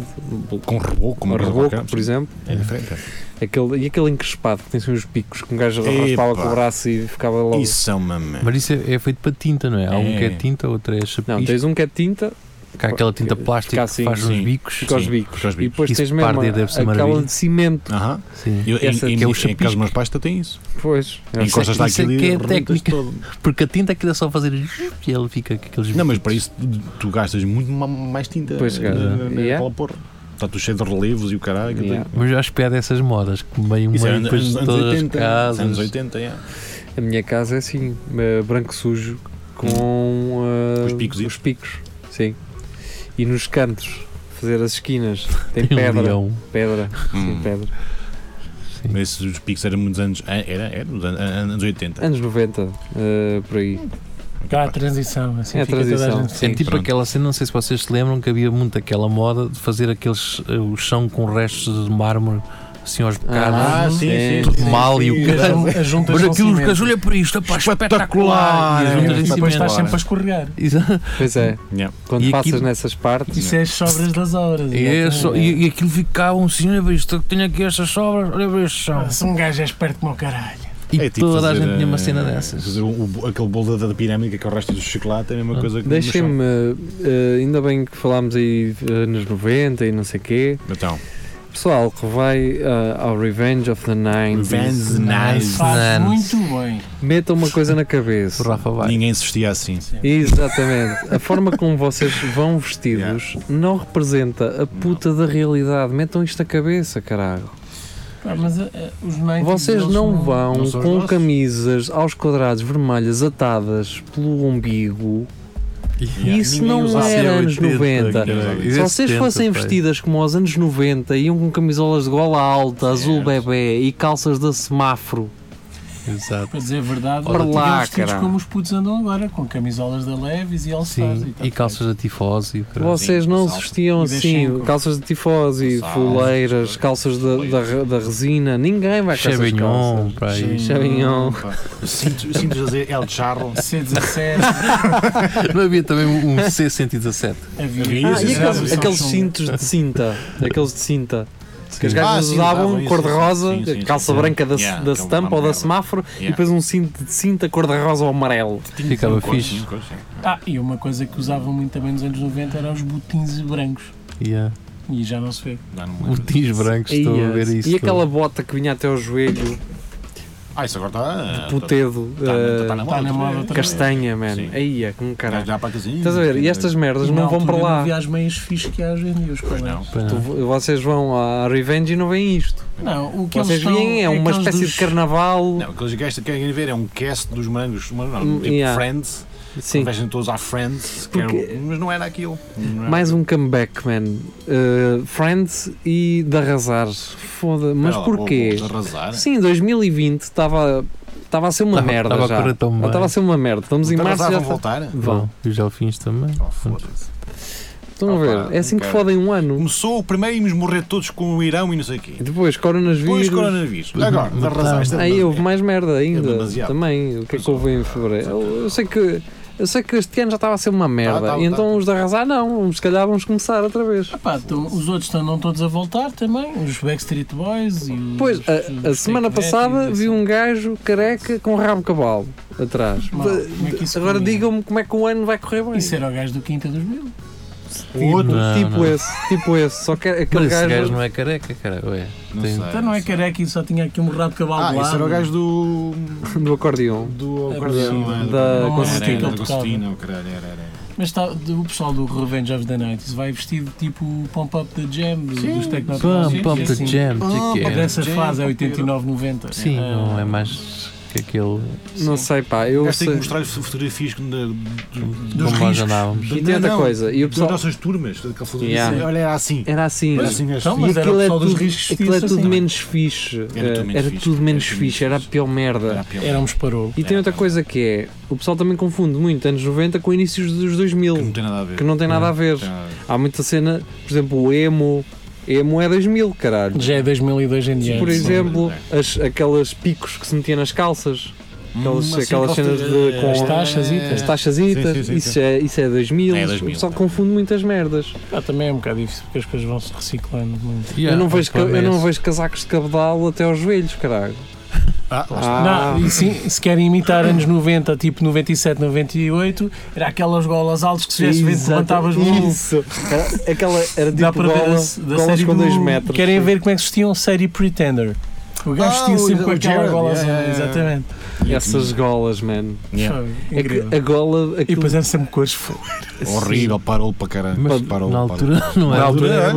Com um reboco, com uma coisa reboco, qualquer, por sim. exemplo. É diferente. Aquele, e aquele encrespado que tem assim uns picos que um gajo Epa. raspava com o braço e ficava logo. Isso é uma merda. Mas isso é, é feito para tinta, não é? Há um que é É. tinta, outro é Não, chapisco. tens um que é tinta Cá aquela tinta Fica plástica assim, que faz uns sim. bicos. fica aos Sim, bicos. fica aos E bicos. depois Isso tens mesmo parda e a- deve ser aquela maravilha. de cimento. Aham. Sim. Eu, Essa- em, em, que é o em, em chapisco. casa meus pais ainda tem isso. Pois. Isso é- Encostas isso é daquilo que é e arrebentas técnica. todo. Porque a tinta aquilo é só fazer e ele fica com aqueles Não, mas biquitos. para isso tu- tu gastas muito ma- mais tinta. Pois, eh, gasta. na- naquela Yeah. porra. Está tudo cheio de relevos e o caralho. aquilo Yeah. tem- Mas eu acho piada essas modas, que meio Isso é meio anos depois de anos todas as 80. casas. Anos 80, yeah. A minha casa é assim, eh, branco sujo, com Hum. eh, Os picos. os picos. Sim. E nos cantos, fazer as esquinas. Tem é Tem um pedra. leão. Pedra. Sim, Hum. pedra. Sim. Mas esses picos eram muitos anos. é, Era, era nos an- an- anos 80. Anos 90, eh, por aí. Cá a transição, assim É a fica toda transição. a gente É Sim. tipo pronto. aquela cena, não sei se vocês se lembram, que havia muito aquela moda de fazer aqueles eh, o chão com restos de mármore assim aos bocados. Ah, sim, sim, tudo mal e o A jun- caralho. a junta Mas com aquilo, cimento. gajo, olha para isto, pá, Espetacular! espetacular! as juntas E em depois estás cimento. sempre a escorregar. Exato. Pois é. Yeah. Quando E passas aquilo- nessas partes. Isso é as sobras das horas. É, exatamente. só- e, e aquilo ficava um senhor, olha para isto, tenho aqui estas sobras, olha para este chão. Ah, Se um gajo é esperto como o caralho. E É tipo toda a fazer, gente tinha uma eh, cena dessas. Fazer o- o- aquele bolo da, da pirâmide que é o resto do chocolate, é a mesma Ah. coisa que no chão. Deixem-me, eh, ainda bem que falámos aí eh, nos 90 e não sei quê. Então, Pessoal que vai eh, ao Revenge of the Revenge Nines, Nice. Faz Anos. muito bem. metam uma coisa na O cabeça. Rafa vai. Ninguém se vestia assim. Exatamente. A forma como vocês vão vestidos não representa a puta da realidade. Metam isto na cabeça, caralho. Pá, mas ah, ah, os 90s Vocês eles não vão não são os com nossos. camisas aos quadrados vermelhas atadas pelo umbigo. Isso Ninguém não usava. era anos 90. Era- Se vocês 70, fossem pai. vestidas como aos anos 90, iam com camisolas de gola alta, azul é. bebê e calças da semáforo. Exato. Para dizer a verdade, Ora eles lá, vestidos caralho. como os putos andam agora, com camisolas da Levis e tá All-Stars. Sim, tal. e calças da tifose. e o caralho. Vocês não se salto. vestiam E deixem assim, com- calças de tifose, Salto. fuleiras, calças da, da, da resina, ninguém vai com essas Chevignon, calças. para aí. Chavignon. Sinto sinto dizer El Charro. C17, Não havia também um C117. Ah, e havia. é Isso, aqueles, isso. aqueles cintos de cinta, aqueles de cinta. Que as Sim. Ah, gajas sim, usavam usavam isso, cor-de-rosa, sim, sim, sim, calça sim. branca da, Yeah, da aquele stampa ou da amarelo. semáforo e Yeah. depois um cinto de cinta cor-de-rosa ou amarelo. Ficava fixe. Ah, e uma coisa que usavam muito também nos anos 90 eram os botins brancos. Yeah. E já não se vê. tipo Botins Um brancos, estou a ver E, isso. e aquela bota que vinha até ao joelho, Ah, isso agora está. pelo dedo, eh, Está tá na Está moda. na moda outra vez. castanha, man. Sim. Aí é como caralho. Já para casinha. Estás a ver? E é- estas merdas Na não vão altura para Não lá. havia as meias fixe que há hoje em dia, os Pois não. colegas. Pá, Tu- vocês vão à Revenge e não veem isto. Não, o que Vocês eles estão veem é uma aqueles espécie dos- de carnaval. Não, aqueles gajos que querem ver é um cast dos morangos, mas Hum, não, tipo yeah. Friends, Sim. vestem todos à Friends, que era- Porque- mas não era aquilo. Não era Mais aquilo. um comeback, man. Uh, Friends e de arrasar. Foda. Mas Espera lá, porquê? vou- vou arrasar. Sim, 2020 estava estava a ser uma Tava- merda tava a já. assim, correr tão bem. Estava a ser uma merda. Estamos em Vou março e já arrasar, tá- vão está... voltar. Vão. Vão. E os Delfins também. Oh, foda-se. Estão a Opa, ver? É assim que cara. fodem um ano. Começou o primeiro e nos morrer todos com o Irão e não sei o quê. E Depois, coronavírus. Depois coronavírus. Agora, de arrasar. Isto é Aí demasiado. houve mais merda ainda. demasiado. também. O que é que houve em fevereiro? Eu, eu sei que. Eu sei que este ano já estava a ser uma merda. tá, e então tá. os de arrasar não. Se calhar vamos começar outra vez. Pá, então, os outros estão não todos a voltar também, os Backstreet Boys e os. Pois, os assim. a, a semana Take That passada e os- vi um gajo careca com rabo cabal atrás. Mal, como é que isso Agora combina? digam-me como é que o ano vai correr bem. É, Isso era o gajo do Quinta dos Mil. Outro Não, tipo não. esse, tipo esse. Só que Mas aquele esse gajo gajo. não é careca, cara. Ué, Não tem- sei. Então não é careca e só tinha aqui um rabo Ah, cabalado. esse era o gajo do. Do acordeão. do É acordeão. possível, é, da do- Constantina. Era, era, da Constantina, o caralho, era, era. Mas tá- o pessoal do Revenge of the Night vai vestido tipo o Pump Up the Jam do- dos Technotrons. Pump, pump the Sim. jam, Ah, que é que é? Dessa Jam, fase é pump it up. 89, 90. Sim, não é mais que aquele Não sei, pá. Eu Gajo tem que sei. mostrar fotografias da- do- Dos como nós riscos. andávamos. E Não, tem outra não. coisa. E o das pessoal. nossas turmas, daquela fotografia. Yeah. Olha, era assim. Era assim. Era assim, gajo. Então, E mas era o aquilo é pessoal dos tudo, riscos que aquilo é disse tudo assim. menos fixe. Eh, Era tudo menos Era fixe, É. tudo era menos tudo fixe. Era a menos pior merda. Era a pior. Éramos parou. E tem outra É, coisa que é, o pessoal também confunde muito anos 90 com inícios dos Que não 2000, tem nada a ver. um- que não tem nada a ver. Não tem nada a ver. Há muita cena, por exemplo, o emo, emo é 2000, caralho. Já é 2002 em diante. Por sim. exemplo, as, aquelas picos que se metia nas calças, aquelas, Hum, assim, aquelas gosto cenas de, com as taxas e- é- as taxazitas, Sim, sim, sim, isso, sim. É, isso é 2000, É o 2000, pessoal tá. confunde muitas merdas. Ah, também é um bocado difícil porque as coisas vão se reciclando muito. Yeah, eu, não vejo, o ca- eu problema é não esse. vejo casacos de cabedal até aos joelhos, caralho. Ah, lá está. Ah, Não, e sim, se querem imitar anos 90, tipo 97, 98, era aquelas golas altas que se tivesse vento Exato, levantavas no Isso, era, aquela era tipo Dá para ver gola- a- da golas série com do- 2 metros. Querem ver como é que se vestia um série Pretender. O Ah, gajo vestia sempre o- com o aquela Jared, gola yeah, azul. yeah, yeah. Exatamente. Essas golas, man. Yeah. Foi, É que incrível. a gola. E Aquilo, depois eram sempre cores fo- Horrível, parou para caralho. Mas parou, na parou. altura é? não Na era. altura era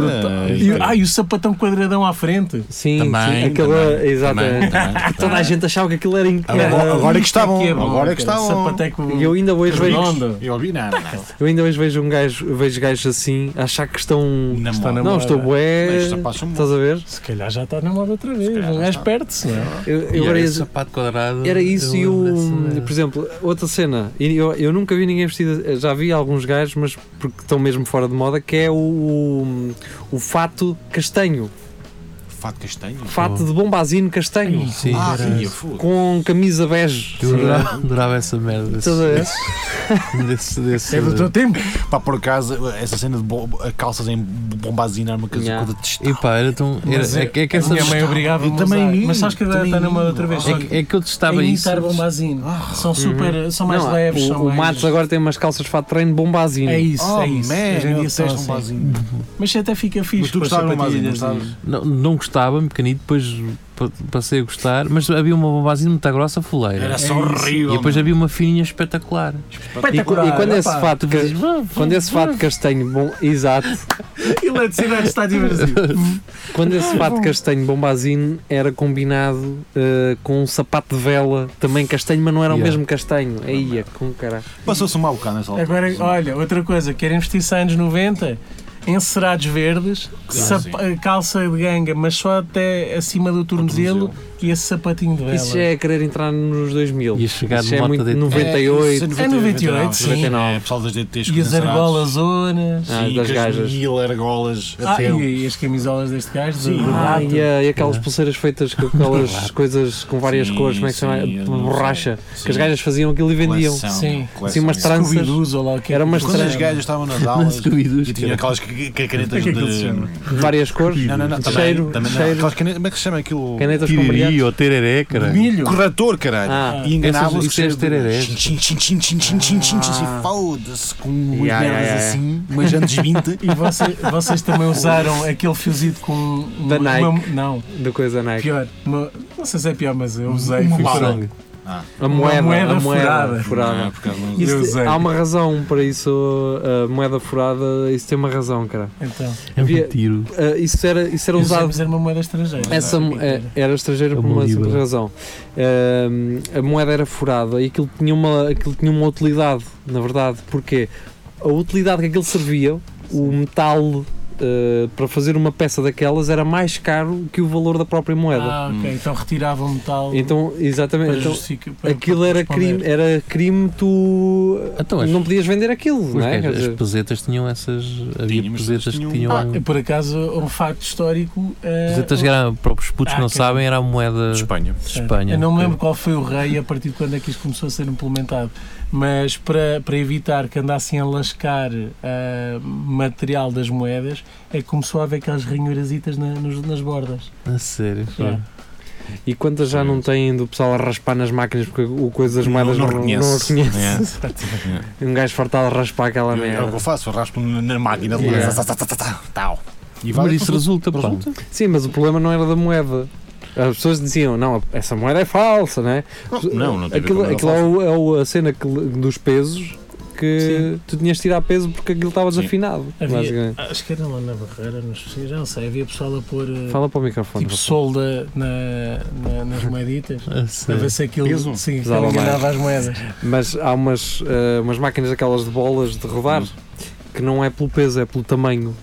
E, brutal. ah, e o sapatão quadradão à frente. sim, Também, sim, aquela. também, exatamente. Então também, também. Toda a gente achava que aquilo era incrível. Agora- agora é que está bom, Isto agora é que cara. está bom. Sapateco E eu ainda hoje vejo. redondo. Eu ouvi nada. não. Eu ainda hoje vejo um gajo, vejo gajos assim, achar que estão. Na Está moda. na Não, moda. estou Mas bué. os rapazes são Estás a ver? Se calhar já está na moda outra vez. calhar Um já gajo está. perde-se, não é? Eu, eu E agora era ia- esse sapato quadrado. Era isso e eu o. um lembro-se, né? Por exemplo, outra cena, e eu, eu nunca vi ninguém vestido. Já vi alguns gajos, mas porque estão mesmo fora de moda, que é o, o, o fato castanho. fato castanho. Fato de bombazino castanho. Sim, Ah, era- sim, eu fui. Com camisa bege. eu adorava, adorava essa merda. desse- Estás a ver? desse, desse, É do teu tempo. Pá, por acaso, essa cena de bo- calças em bombazina era uma coisa Yeah. yeah. de E pá, era tão. Era, Mas é, que- é que a essa minha mãe obrigava-me E a também usar. mim, Mas sabes que agora também está na moda mim. outra vez. é, que- é que eu testava em isso. imitar bombazino. Ah. São super. São mais Não, leves. o, são o mais- Matos agora tem umas calças de fato de treino bombazino. É isso, Oh, é isso. man, Hoje em eu dia são detesto assim. bombazinho. Mas até fica fixe. Mas tu com as gostavas de bombazinho, sapatilhas gostavas? e- Não, não gostava, um pequenito, depois pa- passei a gostar, mas havia uma bombazinha muito grossa fuleira. Era só isso. horrível. É e depois mano. havia uma fininha espetacular. E, e Espetacular, quando é esse opa. fato ca- quando esse fato castanho bom, exato, Eletricidade está divertida. quando esse fato castanho bombazino era combinado eh, com um sapato de vela também castanho, mas não era o Yeah. mesmo castanho. Aí, com caralho. Passou-se um mau bocado nessa altura. Agora, olha, outra coisa, querem vestir-se anos 90? Encerados verdes, sapa- calça de ganga, mas só até acima do tornozelo e esse sapatinho de vela. Isso já é querer entrar nos 2000. Ia chegar Isso de é moto muito de- 98. É 98, sim. 99. É, pessoal das DTs E as argolas zonas. Ah, das gajas. mil argolas. Ah, até e, e as camisolas deste gajo, do, Sim. do É Ah, rato. e, a- e É. aquelas pulseiras feitas com aquelas coisas com várias Sim, cores, como é que se chama? sim, De eu não sei. borracha. Que as Sim. gajas faziam aquilo e vendiam. Coleção, Sim. coleção. Assim, umas tranças. Scooby-Doo's ou lá o que é Era que umas se Quando chama. as gajas estavam nas aulas Scooby-Doo, e tinham aquelas que- que- canetas que é que aquilo se de. chama? Uhum. Várias cores. Uhum. Não, não, não, também- Cheiro, também não. cheiro. Aquelas canetas- Como é que se chama aquilo? Canetas com brilhantes. Piriri ou tereré, cara. Milho. Corretor, caralho. Ah. e Essas- enganavam-se. isso é as tererés. Ah. Foda-se com umas Ya, ya, merdas ya. assim, mas antes 20. E você- vocês também usaram aquele fiozito com. uma- Da Nike. uma- não, Da coisa é? Nike. pior. uma- não sei se é pior, mas eu usei. fui bala. para- Frango. A moeda, moeda a moeda furada. Ah, furada. Isso- Eu usei. Há uma razão para isso, a moeda furada, isso tem uma razão, cara. Então, É um Havia- tiro. Ah, isso era, isso era eu usei usado. mas era uma moeda estrangeira. é? Essa mo- eh, era estrangeira por Uma uma simples libra. razão. Ahm, a moeda era furada e aquilo tinha, uma, aquilo tinha uma utilidade, na verdade, porque a utilidade que aquilo servia, o metal eh, para fazer uma peça daquelas, era mais caro que o valor da própria moeda. Ah, Hum. ok. Então retiravam metal. Então, para exatamente. Então, justificar- para- aquilo para era responder. crime, era crime tu Então, as, não podias vender aquilo, os não é? gajos- Quer as dizer, pesetas tinham essas. Havia Tinha, mas pesetas que tinham- tinham. Ah, é. por acaso, um facto histórico. eh, pesetas que eram, para os putos que não Ah, que- sabem, era a moeda de Espanha. Espanha. Eu não me lembro qual foi o rei e a partir de quando é que isto começou a ser implementado, mas para, para evitar que andassem a lascar ah, material das moedas, é que começou a haver aquelas ranhurasitas na- nos- nas bordas. A sério. É. fogo. E quantas já não têm do pessoal a raspar nas máquinas porque o coisa das Não- moedas não não, não, reconhece. as conhece? É. é. Um gajo fartado a raspar aquela Eu- É o que merda. eu faço, eu raspo na na máquina de Yeah. laser, tá, tá, tá, tá, tá, tal. E Mas vai isso resulta, pá. Sim, mas o problema não era da moeda. As pessoas diziam, não, essa moeda é falsa, né? Não, não tem a ver aquilo, com nada aquilo é, o, é o- a cena que- dos pesos que tu tinhas de tirar peso porque aquilo estava Sim. desafinado. Havia, basicamente. acho que era lá na Barreira, nos Pesqueiros, já não sei, havia pessoal a pôr eh, Fala para o microfone. tipo Rafa. solda na- na- nas moeditas. Ah, A sim. ver se aquilo Peso? se Pesava enganava as moedas. Mas há umas, eh, umas máquinas aquelas de bolas de rodar que não é pelo peso, é pelo tamanho.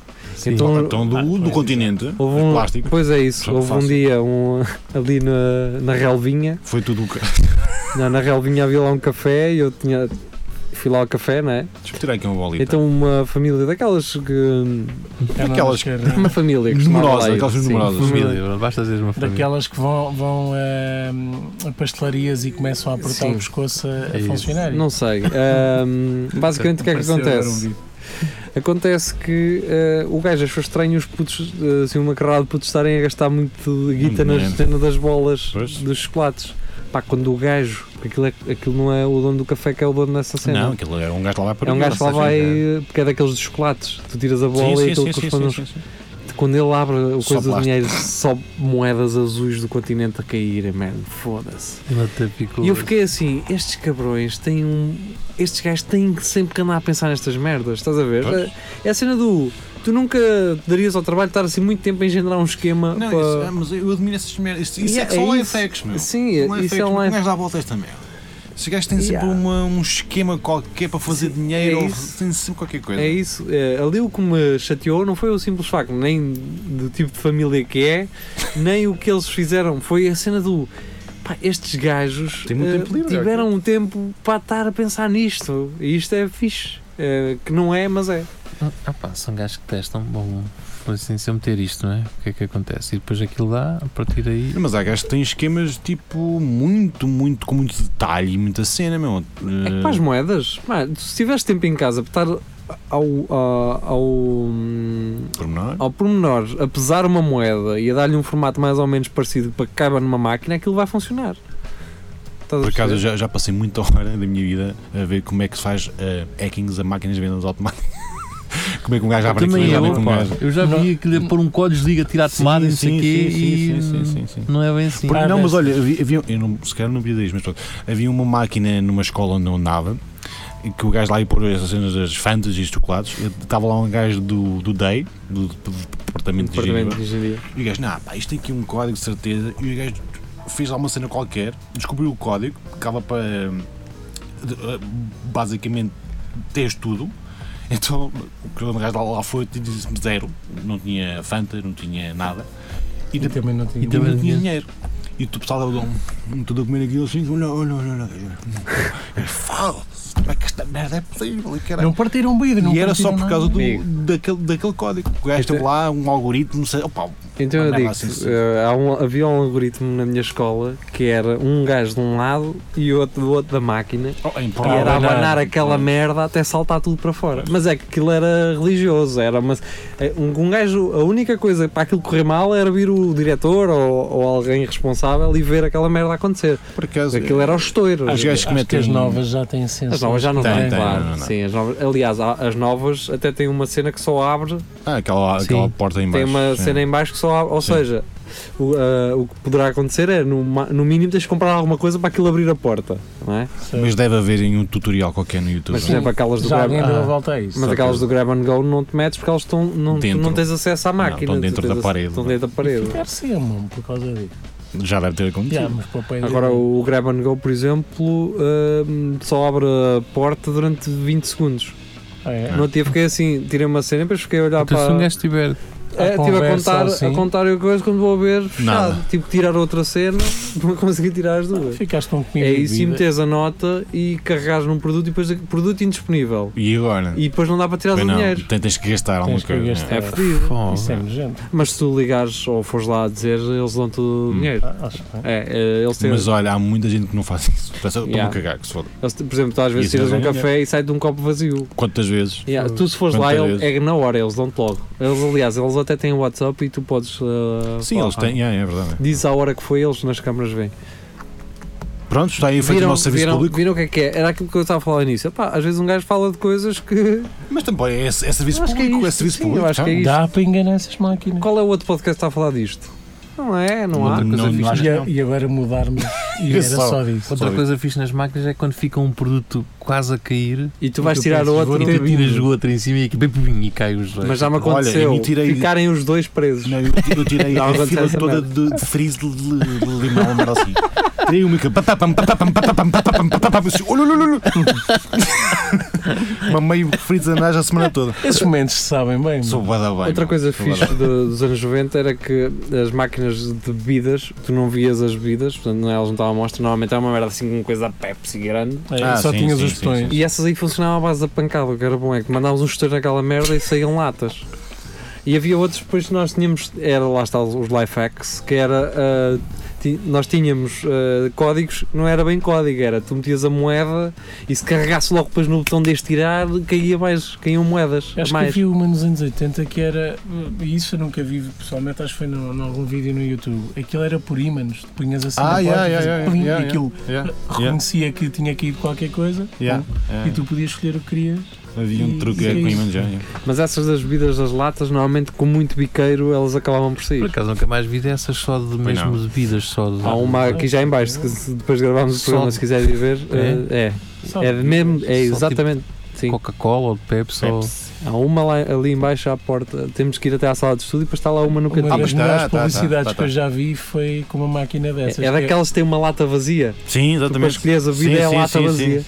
Então, Então, do, do continente, houve um, plástico, pois é isso, Só houve um fácil. dia um, ali na, na relvinha, foi tudo o que. não, na relvinha havia lá um café e eu tinha fui lá ao café, não é? Deixa-me tirar aqui um bolito. Então uma família daquelas que Já não Aquelas- acho que era- uma família que é costumava Numerosa, lá ir, aquelas sim, numerosas. família. Família, basta dizer uma família. Daquelas que vão, vão eh, a pastelarias e começam a apertar Sim. o pescoço a, É a isso. funcionar. Não sei. Ahm, basicamente o que é que Pareceu agora um acontece? vídeo. Acontece que eh, o gajo achou estranho os putos, eh, assim, uma carrada de putos estarem a gastar muito guita na dinheiro. cena das bolas Pois. dos chocolates. Pá, quando o gajo, porque aquilo, é- aquilo não é o dono do café que é o dono dessa cena. Não, aquilo era um gajo que lá vai para é um gajo que lá vai, é. porque é daqueles de chocolates. Tu tiras a bola e Sim, aquilo sim, sim, sim, corresponde. sim, aos- sim, sim. Quando ele abre o coisa Só do plástico. dinheiro, só moedas azuis do continente a caírem, mano. Foda-se. Ela até ficou- E eu fiquei assim, estes cabrões têm um. Estes gajos têm que sempre que andar a pensar nestas merdas, estás a ver? Pois. É a cena do. Tu nunca te darias ao trabalho de estar assim muito tempo a engendrar um esquema Não, para. isso, ah, mas eu admiro essas merdas. Isso, isso Yeah, é que são é life isso. hacks, meu. Sim, São life isso é hacks, um porque Um life- gajo dá a volta a esta merda. Esses gajos têm sempre Yeah. uma- um esquema qualquer para fazer dinheiro, é ou isso. têm sempre qualquer coisa. É isso, é, ali o que me chateou não foi o simples facto, nem do tipo de família que é, nem o que eles fizeram, foi a cena do pá, estes gajos Tem muito eh, tempo livre, tiveram um tempo para estar a pensar nisto e isto é fixe, eh, que não é, mas é. Ah pá, são gajos que testam, bom, foi assim, se eu meter isto, não é? O que é que acontece? E depois aquilo dá, a partir daí... Mas há gajos que têm esquemas tipo muito, muito, com muito detalhe e muita cena, meu. É eh, que para Hum. as moedas, mano, se tiveres tempo em casa para estar ao, ao, ao, hum, Pormenor. ao pormenor a pesar uma moeda e a dar-lhe um formato mais ou menos parecido para que caiba numa máquina, aquilo vai funcionar. Estás a Por acaso perceber? eu já, já passei muita hora da minha vida a ver como é que se faz eh, hackings a máquinas de vendas automáticas. como é que um gajo abre aquilo Também e abre eu, com um pá, gajo. eu já vi aquilo a pôr um código, liga, tirar tomada e não sei o quê e... Não é bem assim. Porque- Ah, não, mas desse. olha, havia, havia- eu não, se calhar não havia disso, mas pronto. Havia uma máquina numa escola onde eu andava e que o gajo lá ia pôr essas cenas das fantas e os chocolates. E Estava lá um gajo do, do DEI, do, do Departamento de Engenharia, Departamento de Engenharia. e o gajo, não, pá, isto tem aqui um código de certeza. E o gajo fez lá uma cena qualquer, descobriu o código, ficava para hum, de- eh, basicamente tens tudo. Então o gajo lá, lá foi e disse-me zero, não tinha Fanta, não tinha nada. E, Então, E depois também não tinha. E também- não tinha dinheiro. E tu pessoal dava um tudo a comer aquilo assim, olha, olha, olha, olha. olha. Fala, É como é que esta merda é possível? E caralho. Não partiram um beijo, não E era só partiram por causa nada. do, Amigo. daquele, daquele código. O gajo Então- teve lá um algoritmo, sei, opa, Então Ah, eu não é digo, assim, sim. eh, há um- havia um algoritmo na minha escola que era um gajo de um lado e outro do outro da máquina Oh, em e era Portugal. abanar aquela merda até saltar tudo para fora. Mas é que aquilo era religioso, era uma, eh, um, um gajo, a única coisa para aquilo correr mal era vir o diretor ou, ou alguém responsável e ver aquela merda acontecer. Por acaso, Aquilo é- era o estouro. Os gajos que Acho que metem as novas já têm sensor. As novas já não Tem, têm, tem, claro. não, não, não. Sim, as novas, aliás, há- as novas até têm uma cena que só abre Ah, aquela, Sim. aquela porta em tem baixo. é. uma sim. cena em baixo que só abre, ou Sim. seja, o, ah, o que poderá acontecer é no, ma- no mínimo tens de comprar alguma coisa para aquilo abrir a porta, não é? Mas deve haver em um tutorial qualquer no YouTube. Mas por exemplo aquelas do Já Grab, alguém deu a Ah, volta a isso. mas Só aquelas que- do Grab and Go não te metes porque elas estão não, tu não Dentro. tens acesso à máquina, estão tu dentro tens da ac- parede. Estão dentro da E parede. ficar sem a mão por causa disso. Já deve ter acontecido. Já, mas papéis- Agora o Grab and Go, por exemplo, ah, só abre a porta durante 20 segundos. Ah, é? No outro dia fiquei assim, tirei uma cena e depois fiquei a olhar Então, se um é para. gajo tiver... a É, estive a conversa, contar, assim. a contar a coisa quando vou a ver, fechado. Nada. Tive que tirar outra cena, não consegui tirar as duas. Ficaste um com comida É e isso, e bebida. metes a nota e carregares num produto e depois produto indisponível. E agora? E depois não dá para tirar Bem, o não, dinheiro. tem- tens que gastar alguma que coisa. gastar. É fodido. Pô, Isso é nojento. Mas se tu ligares ou fores lá a dizer, eles dão-te o Hum. dinheiro. Ah, acho bem. É, eh, eles É. têm, Mas olha, há muita gente que não faz isso. Estou-me Yeah. a cagar, que se foda. eles te- por exemplo, tu às vezes Isso é tiras não um ganha café e sai de um copo vazio. Quantas vezes? Yeah, Tu se fores Quantas lá, ele- vezes? é na hora, eles dão-te logo. Eles, aliás, eles até até têm WhatsApp e tu podes. eh, Sim, falar. eles têm, é, é verdade. Diz à hora que foi, eles nas câmaras vêm. Pronto, está aí feito o nosso serviço viram, público. viram o que é que é? Era aquilo que eu estava a falar nisso. Epá, às vezes um gajo fala de coisas que. Mas também é, é serviço Eu acho que é público, é, isto, serviço sim, eu público. acho que é tá? isto. Dá para enganar essas máquinas. Qual é o outro podcast que está a falar disto? Não é, não há. Outra coisa Não, não fixe acho E, que a- não. e agora mudarmos. E Eu era só- só disso. Outra Sorry. coisa fixe nas máquinas é quando fica um produto quase a cair E tu vais Eu tirar penso, o outro. vou e ter tu tiras vindo. o outro em cima e, aqui, bim, bim, bim, e cai os dois. Mas já me Olha, aconteceu eu me tirei- ficarem os dois presos. Não, eu, eu tirei Não, a acontece fila essa toda merda. de, de frizz de, de, de limão, uma merda assim. Tirei o micro. Patapam, patapam, patapam, patapam, patapam. assim, olho, olho, olho. Mamei o frizz a nós a semana toda. Esses momentos se sabem bem. Sou mano. bué da bem. Outra mano. coisa Sou bué da fixe do- dos anos 90 era que as máquinas de bebidas, tu não vias as bebidas, portanto não, é, elas não estavam à mostra, normalmente era uma merda assim com coisa Pepsi grande. É, Ah, só sim, tinhas sim, os sim, botões. E essas aí funcionavam à base da pancada, o que era bom é que mandávamos uns chuteiros naquela merda e saíam latas. E havia outros, depois nós tínhamos, era lá está os life hacks, que era, ah, ti- nós tínhamos ah, códigos, não era bem código, era tu metias a moeda e se carregasse logo depois no botão de estirar, caía mais, caíam moedas. a Acho que mais. havia uma nos anos 80 que era. E isso eu nunca vi pessoalmente, acho que foi num, num algum vídeo no YouTube. Aquilo era por ímãs, tu punhas assim Ah, na yeah, porta, yeah, fazia yeah, plim, yeah, e aquilo Yeah, reconhecia que tinha caído qualquer coisa yeah, e yeah. tu podias escolher o que querias. Havia um truque é, com imã já. yeah. Mas essas das bebidas das latas, normalmente com muito biqueiro, elas acabavam por Por sair. acaso nunca mais vi dessas só de mesmo não. de vidas, só de. Há uma aqui já em baixo, que se depois gravámos o Só- programa, se quiseres ir ver. eh, Só É, é, de mesmo, é Só tipo- exatamente. Sim, Coca-Cola ou de Pepsi, Pepsi. há uma lá, ali em baixo à porta. Temos que ir até à sala de estudo e depois está lá uma no Uma cantinho. das mas tá, melhores tá, tá, publicidades tá, tá. que eu já vi foi com uma máquina dessas. É, é que daquelas que têm uma lata vazia. Sim, Tu Depois exatamente. escolhes a vida Então Sim, é a sim, lata sim, vazia.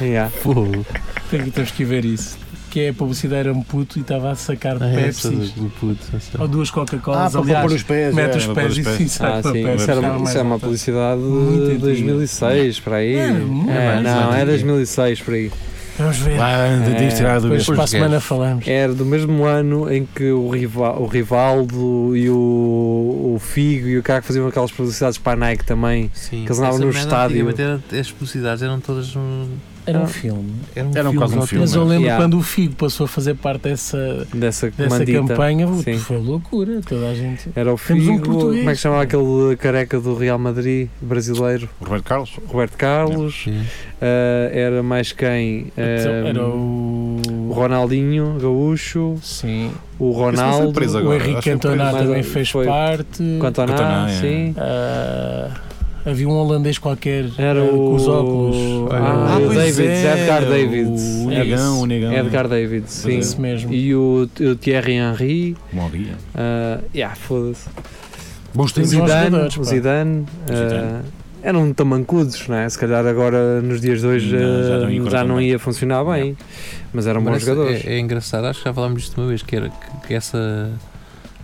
É, Yeah. ou tem- temos que ver isso. Que é a publicidade era um puto e estava a sacar é, Pepsi do puto. essa. ou duas Ah, Coca-Colas. para aliás, pôr os pés. mete é, os para pôr pés e sim, sai Ah, sim. para Pepsi. Isso, era, Estava mais isso é uma vontade. publicidade Muito de antiga. 2006, para aí. É, muito É, mais não, é antiga. 2006, para aí. Vamos ver. Lá, É, tens de tirar a dúvida. Depois para a Depois semana gajo. falamos. Era do mesmo ano em que o, Riva- o Rivaldo e o, o Figo e o cara que faziam aquelas publicidades para a Nike também. Sim. Que eles andavam no Essa merda estádio. antigamente era- As publicidades eram todas. um- Era um Ah. filme. Eram, Eram filmes quase um ou filme. Mas eu lembro Yeah. quando o Figo passou a fazer parte dessa, Dessa, dessa comandita. campanha, Sim. foi loucura. Toda a gente. Era o Temos um Figo, português. como é que se chamava aquele careca do Real Madrid, brasileiro? Roberto Carlos. Roberto Carlos. Sim. ah, era mais quem? Ah, Era o o. Ronaldinho Gaúcho, Sim. o Isso Ronaldo. não foi preso O agora, acho Henrique que foi Cantona preso. também Mas, fez foi- parte. Cantona, Cantona, é. sim. Ah, havia um holandês qualquer Era ah, com o. os óculos. Ah, Ah, o pois é, Davids, Edgar Davids. é. O Era negão, o negão. Edgar Davids, sim. é Isso mesmo. E o, o Thierry Henry. Morria. ah, yeah, foda-se. Bons O Tem tempos. bons Zidane. jogadores, o pá. Zidane, Zidane. ah, eram tamancudos, não é? Se calhar agora nos dias de hoje Não, já não ia ah, já correr não tão bem. ia funcionar bem. Mas eram bons Mas jogadores. É, é engraçado, acho que já falámos disto uma vez, que era que, que essa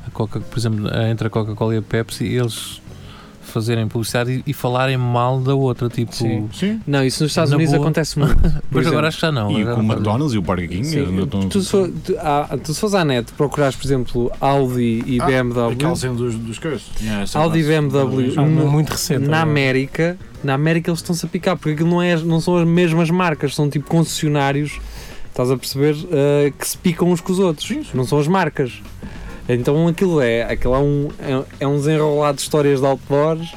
a Coca, por exemplo, a- entre a Coca-Cola e a Pepsi, eles fazerem publicidade e, e falarem mal da outra, tipo. Sim. Sim. Não, isso nos Estados Na Unidos boa. acontece muito. Mas exemplo. agora acho que já não. E agora com o não fazem. McDonald's e o Burger King. Sim, ainda estão- tu, se for- tu, ah, tu se fores à net procurar, por exemplo, Audi e Ah, BMW, Aquela cena dos, dos cursos. Yeah, Tá essa Audi classe. BMW. Ah, mas muito recente. na agora. América, na América eles estão-se a picar, porque aquilo não, é, não são as mesmas marcas, são tipo concessionários, estás a perceber, eh, que se picam uns com os outros, não são as marcas. Então aquilo é, aquilo é um, é, é um desenrolado de histórias de outdoors,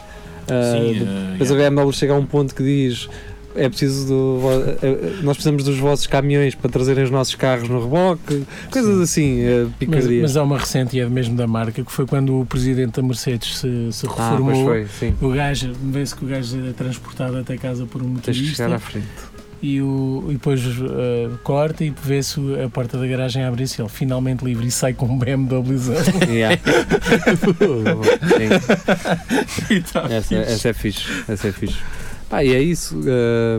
eh, é. Sim, de- eh, Mas a BMW chega a um ponto que diz é preciso do, vo- eh, nós precisamos dos vossos caminhões para trazerem os nossos carros no reboque, coisas assim, eh, Mas, picardias. mas há uma recente e é mesmo da marca, que foi quando o presidente da Mercedes se, se ah, pois reformou. foi, sim. O gajo, vê-se que o gajo é transportado até casa por um Tens que chegar à motorista frente. e, o, e depois ah, corta e vê-se a porta da garagem abre-se ele finalmente livre e sai com um BMW zero. Yeah. Sim, E tá essa, fixe. essa é fixe. Essa é fixe. Pá, e é isso.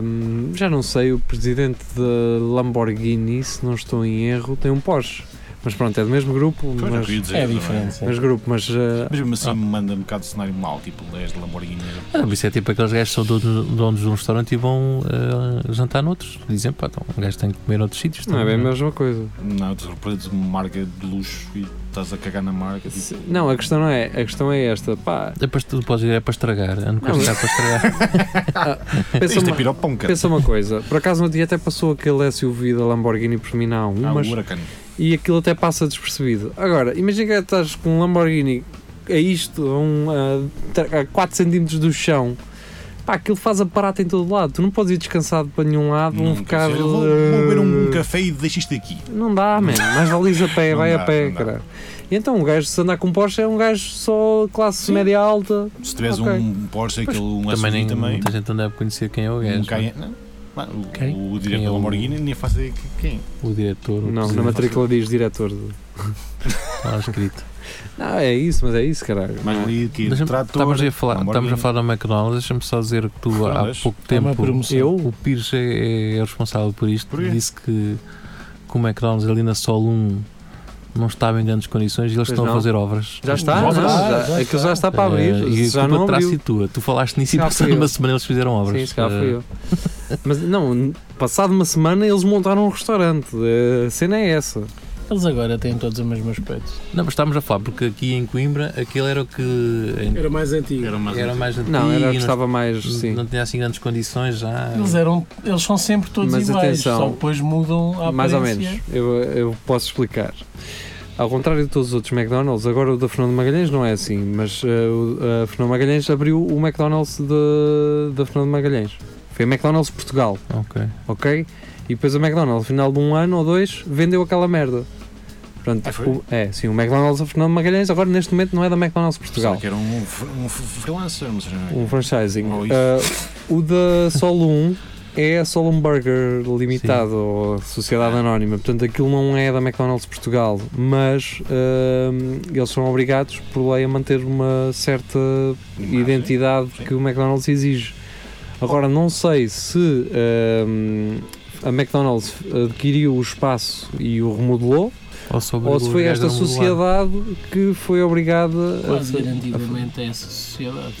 hum, já não sei, o presidente da Lamborghini, se não estou em erro, tem um Porsche. Mas pronto, é do mesmo grupo, Pois, não mas, queria dizer É também. diferente. sim. mas grupo, mas uh, Mas mesmo assim manda um bocado de cenário mau, tipo 10 de Lamborghini. Ah, Isso é tipo aqueles gajos que são donos, donos de um restaurante e vão ah, jantar noutros. Dizem, pá, então, um gajo tem que comer noutros sítios. não é bem Uhum. também, a não mesma coisa. Não, tu representas uma marca de luxo e estás a cagar na marca. Tipo, Se- Não, a questão não é, a questão é esta. Pá, É para, tu podes ir é para estragar. Ano Não, mas- para estragar. pensa, isto é uma, piropo para um cara. pensa uma coisa. Por acaso no dia até passou aquele SUV da Lamborghini por mim na A1, Ah, mas o huracán. e aquilo até passa despercebido. Agora, imagina que estás com um Lamborghini a isto, a, um, a tre- a 4 centímetros do chão. Pá, aquilo faz aparato em todo lado. Tu não podes ir descansado para nenhum lado, não, Nunca, ficar. ou seja, Vou, vou beber um, eh, café e deixaste aqui. Não dá, man. Mas valis a pé, Não vai dá, a pé, não dá. cara. E então, um gajo, se andar com Porsche, é um gajo só classe média alta. Se tiveres Ok. um Porsche, aquele um também SUV nem também. muita gente não deve conhecer quem é o gajo. Um não é? Cayenne. não, mano, o- Quem? O Quem diretor é da o- Lamborghini nem faço ideia que- quem. é. O diretor. o Não, na presidente, matrícula diz diretor. de- está lá escrito. Não, é isso, mas é isso, caralho. Mas ali que Deixa-me- trator. Estávamos a falar, estávamos Lamborghini. a falar da McDonald's, deixa-me só dizer que tu há Falas. pouco É uma tempo promoção. Eu? o Pires é, é responsável por isto, Porquê? disse que, que o McDonald's ali na Sol 1 não estava em grandes condições e eles Pois estão a não. fazer obras. Já está? Não, está, já, já aquilo está. já está para Eh, abrir. e a já culpa não terá abriu. sido tua. Tu falaste nisso e Já passado fui eu. uma semana eles fizeram obras. Sim, se calhar Eh, fui eu. Mas não, passado uma semana eles montaram um restaurante. A cena é essa. Eles agora têm todos o mesmo aspecto. Não, mas estávamos a falar, porque aqui em Coimbra aquele era o que em- Era mais antigo. É Era mais era mais antigo. Não, era e que estava mais. não, Sim. não tinha assim grandes condições já. Eles, eram, eles são sempre todos Mas iguais, atenção, só depois mudam a Mais ou aparência. menos. Eu, eu posso explicar. Ao contrário de todos os outros McDonald's, agora o da Fernando Magalhães não é assim, mas eh, o a Fernando Magalhães abriu o McDonald's de- da Fernando Magalhães. Foi a McDonald's Portugal, Ok. ok? E depois a McDonald's, ao final de um ano ou dois, vendeu aquela merda. Portanto, Ah, foi? o- é, sim, o McDonald's da Fernando Magalhães agora neste momento não é da McDonald's Portugal. Pensava que era um, fr- um fr- freelancer, mas não é. Um franchising. Oh, isso. Ah, o da Solum é a Solum Burger Limitado, ou Sociedade Anónima. Portanto, aquilo não é da McDonald's Portugal, mas ahm, eles são obrigados, por lei, a manter uma certa Imagem. identidade Sim. que o McDonald's exige. Agora, não sei se ahm, a McDonald's adquiriu o espaço e o remodelou, Ou, sobre ou se o foi gajo esta a modular. sociedade que foi obrigada a Quase garantidamente é essa sociedade.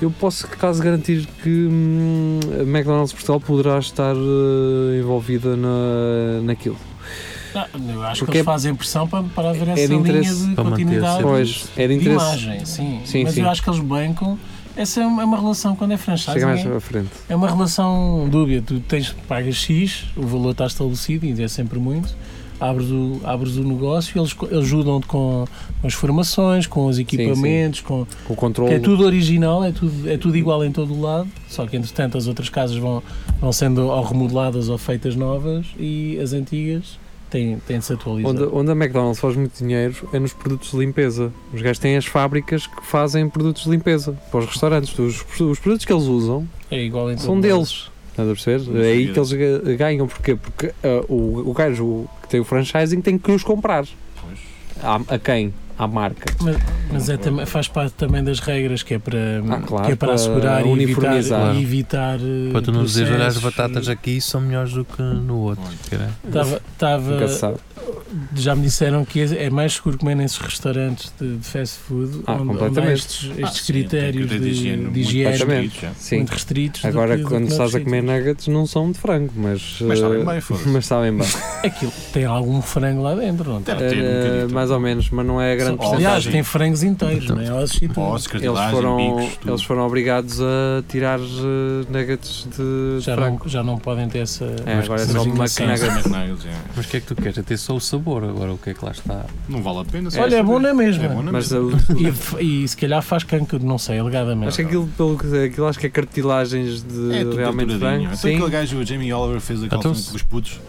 Eu posso quase garantir que hum, a McDonald's Portugal poderá estar eh, envolvida na, naquilo. Não, eu acho Porque que é- eles fazem pressão para, para haver essa de linha interesse- de Para manter continuidade sempre. Pois, é de de interesse. imagem, sim. Sim, Mas sim. eu acho que eles bancam. Essa é uma é uma relação quando é franchising. Chega mais É, à frente. é uma relação dúbia. Tu tens, pagas X, o valor está estabelecido e é sempre muito. Abres o, abres o negócio, eles co- eles ajudam-te com as formações, com os equipamentos, com Com o controle. Que é tudo original, é tudo, é tudo igual em todo o lado, só que entretanto as outras casas vão, vão sendo ou remodeladas ou feitas novas e as antigas têm, têm de se atualizar. Onde, onde a McDonald's faz muito dinheiro é nos produtos de limpeza. Os gajos têm as fábricas que fazem produtos de limpeza para os restaurantes. Os, os produtos que eles usam É igual em todo são o lado. deles. Estás a perceber? Não É aí sabia. que eles ga- ganham. Porquê? Porque ah, o, o gajo que tem o franchising tem que os comprar. Pois. A, a quem? À marca. Mas é, também- faz parte também das regras que é para, Ah, claro, que é para para assegurar e evitar, uniformizar. e evitar. eh, Para tu não dizeres, olha, as processos. batatas é aqui são melhores do que no outro. cara. Tava- tava- Nunca se sabe. já me disseram que é mais seguro comer nesses restaurantes de, de fast food Ah, onde, onde há completamente. estes, Ah, estes sim, tem critérios critérios de, é um de higiene, muito muito, Completamente. restritos, já. Sim. restritos. do Agora, que- do quando que estás a noutros comer sítios. nuggets, não são de frango, mas. Mas sabem eh, bem, foda-se. mas sabem bem. Aquilo tem algum frango lá dentro, não tem? Deve ter um Eh, bocadinho. mais ou menos, mas não é a grande São- Aliás, porcentagem. tem frangos inteiros, não é? Ossos e tudo. Oscar, Eles foram, eles foram obrigados a tirar eh, nuggets de de Já frango. não, já não podem ter essa. É, agora é mas só ainda uma assim, nuggets. Mas o que é que tu queres? É ter só o sabor agora, o que é que lá está? Não vale a pena. só Olha, é saber. bom na mesma. É bom na Mas mesma. o- E, f- e se calhar faz cancro, não sei, alegadamente. acho que aquilo, pelo que aquilo acho que é cartilagens de É tudo uh, realmente torturadinho. frango. Então aquele Sim, gajo, o Jamie Oliver, fez aquele Então filme se- com os putos,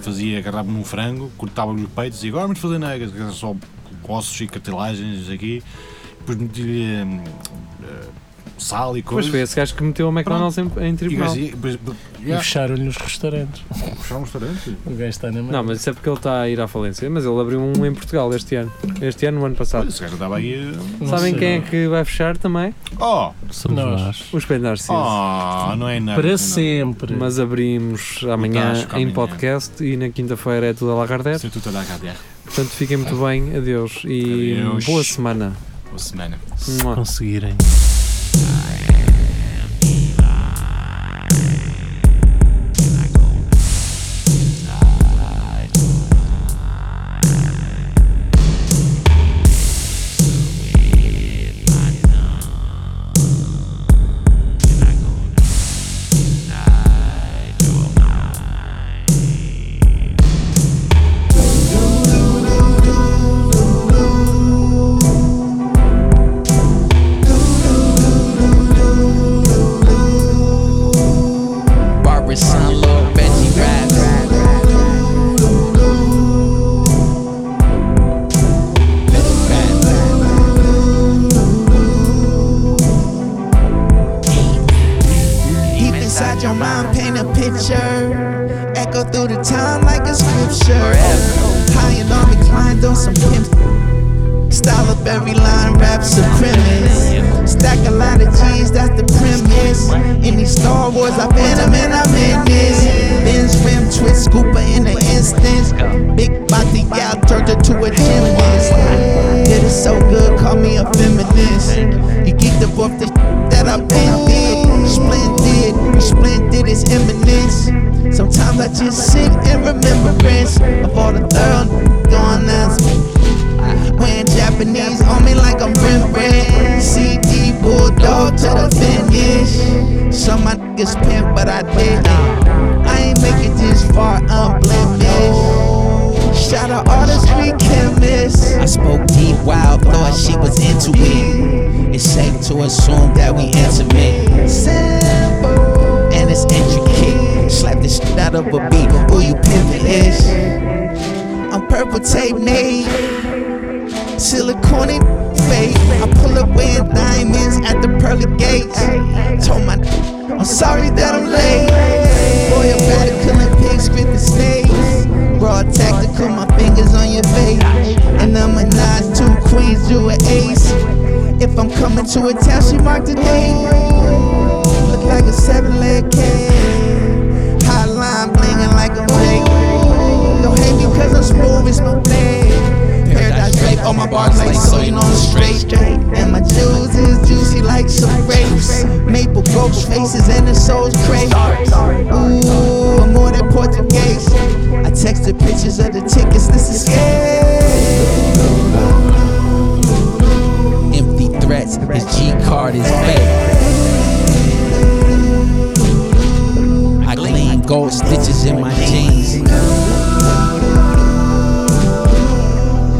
fazia, agarrava num frango, cortava-lhe os peitos e agora vamos fazer negas, que era só ossos e cartilagens aqui, depois metia-lhe hum, eh, sal e pois coisas. foi esse gajo que meteu a McDonald's em, em E o tribunal. gajo ia- depois- E yeah, fecharam-lhe nos restaurantes. fechar um restaurante. O gajo está na né? mão. Não, mas isso é porque ele está a ir à falência. Mas ele abriu um em Portugal este ano. Este ano, no ano Olha, passado. Esse gajo estava aí. eh, Sabem quem é que vai fechar também? Oh! Somos Nós. nós. O Espelho Narciso. Oh, não é nada. Para não. sempre. Mas abrimos amanhã Tasco, em amanhã. podcast e na quinta-feira é tudo a Lagardère. Se tu te olhar cá, terra. Portanto, fiquem muito bem. Adeus e Adeus. boa semana. Boa semana. Se Mua. conseguirem. Don't through the time like a scripture. High and all reclined on some pimp. Style up every line, raps a premise. Stack a lot of G's, that's the premise. Any Star Wars, I've been a man, I'm in this. Benz rim, twist, scooper in an instant. Big body, gal, turned her to a gymnast. Did it so good, call me a feminist. You geeked up off the that I've been did. Splendid, you splendid is eminence. Sometimes I just sit in remembrance of all the thorough going on. Wearing Japanese on me like I'm Rembrandt. CD bulldog to the finish. Some my niggas pimp, but I didn't. I ain't make it this far unblemished. Shout out artistry chemists. I spoke deep, wild, thought she was into it. It's safe to assume that we intimate. Simple. and it's intricate. Slap the shit out of a beat, who you pivot is. I'm purple tape made. Silicone and fade. I pull up wearing diamonds at the pearly gates. Told my n- I'm sorry that I'm late. Boy, I'm better killing pigs with the snakes. Raw tactical, my fingers on your face. And I'm a nine, two queens, you an ace. If I'm coming to a town, she marked the date. Look like a seven leg cat. High line blinging like a ring. Don't hate me cause I'm smooth, it's no blade. Paradise drape on my bars like so you know I'm straight. And my juice is juicy like some grapes. Maple ghost faces and the soul's crave. Ooh, I'm more than Portuguese. I texted pictures of the tickets, this is scary. Empty threats, his G card is fake. I glean gold stitches in my jeans.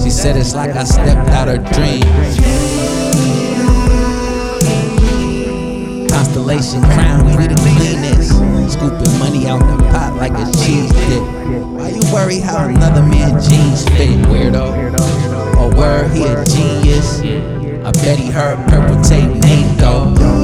She said it's like I stepped out her dream. Constellation crown, we the cleanest. Scooping money out the pot like a cheese dip. Why you worry how another man jeans fit, weirdo? Or word, he a genius. I bet he heard purple tape name though.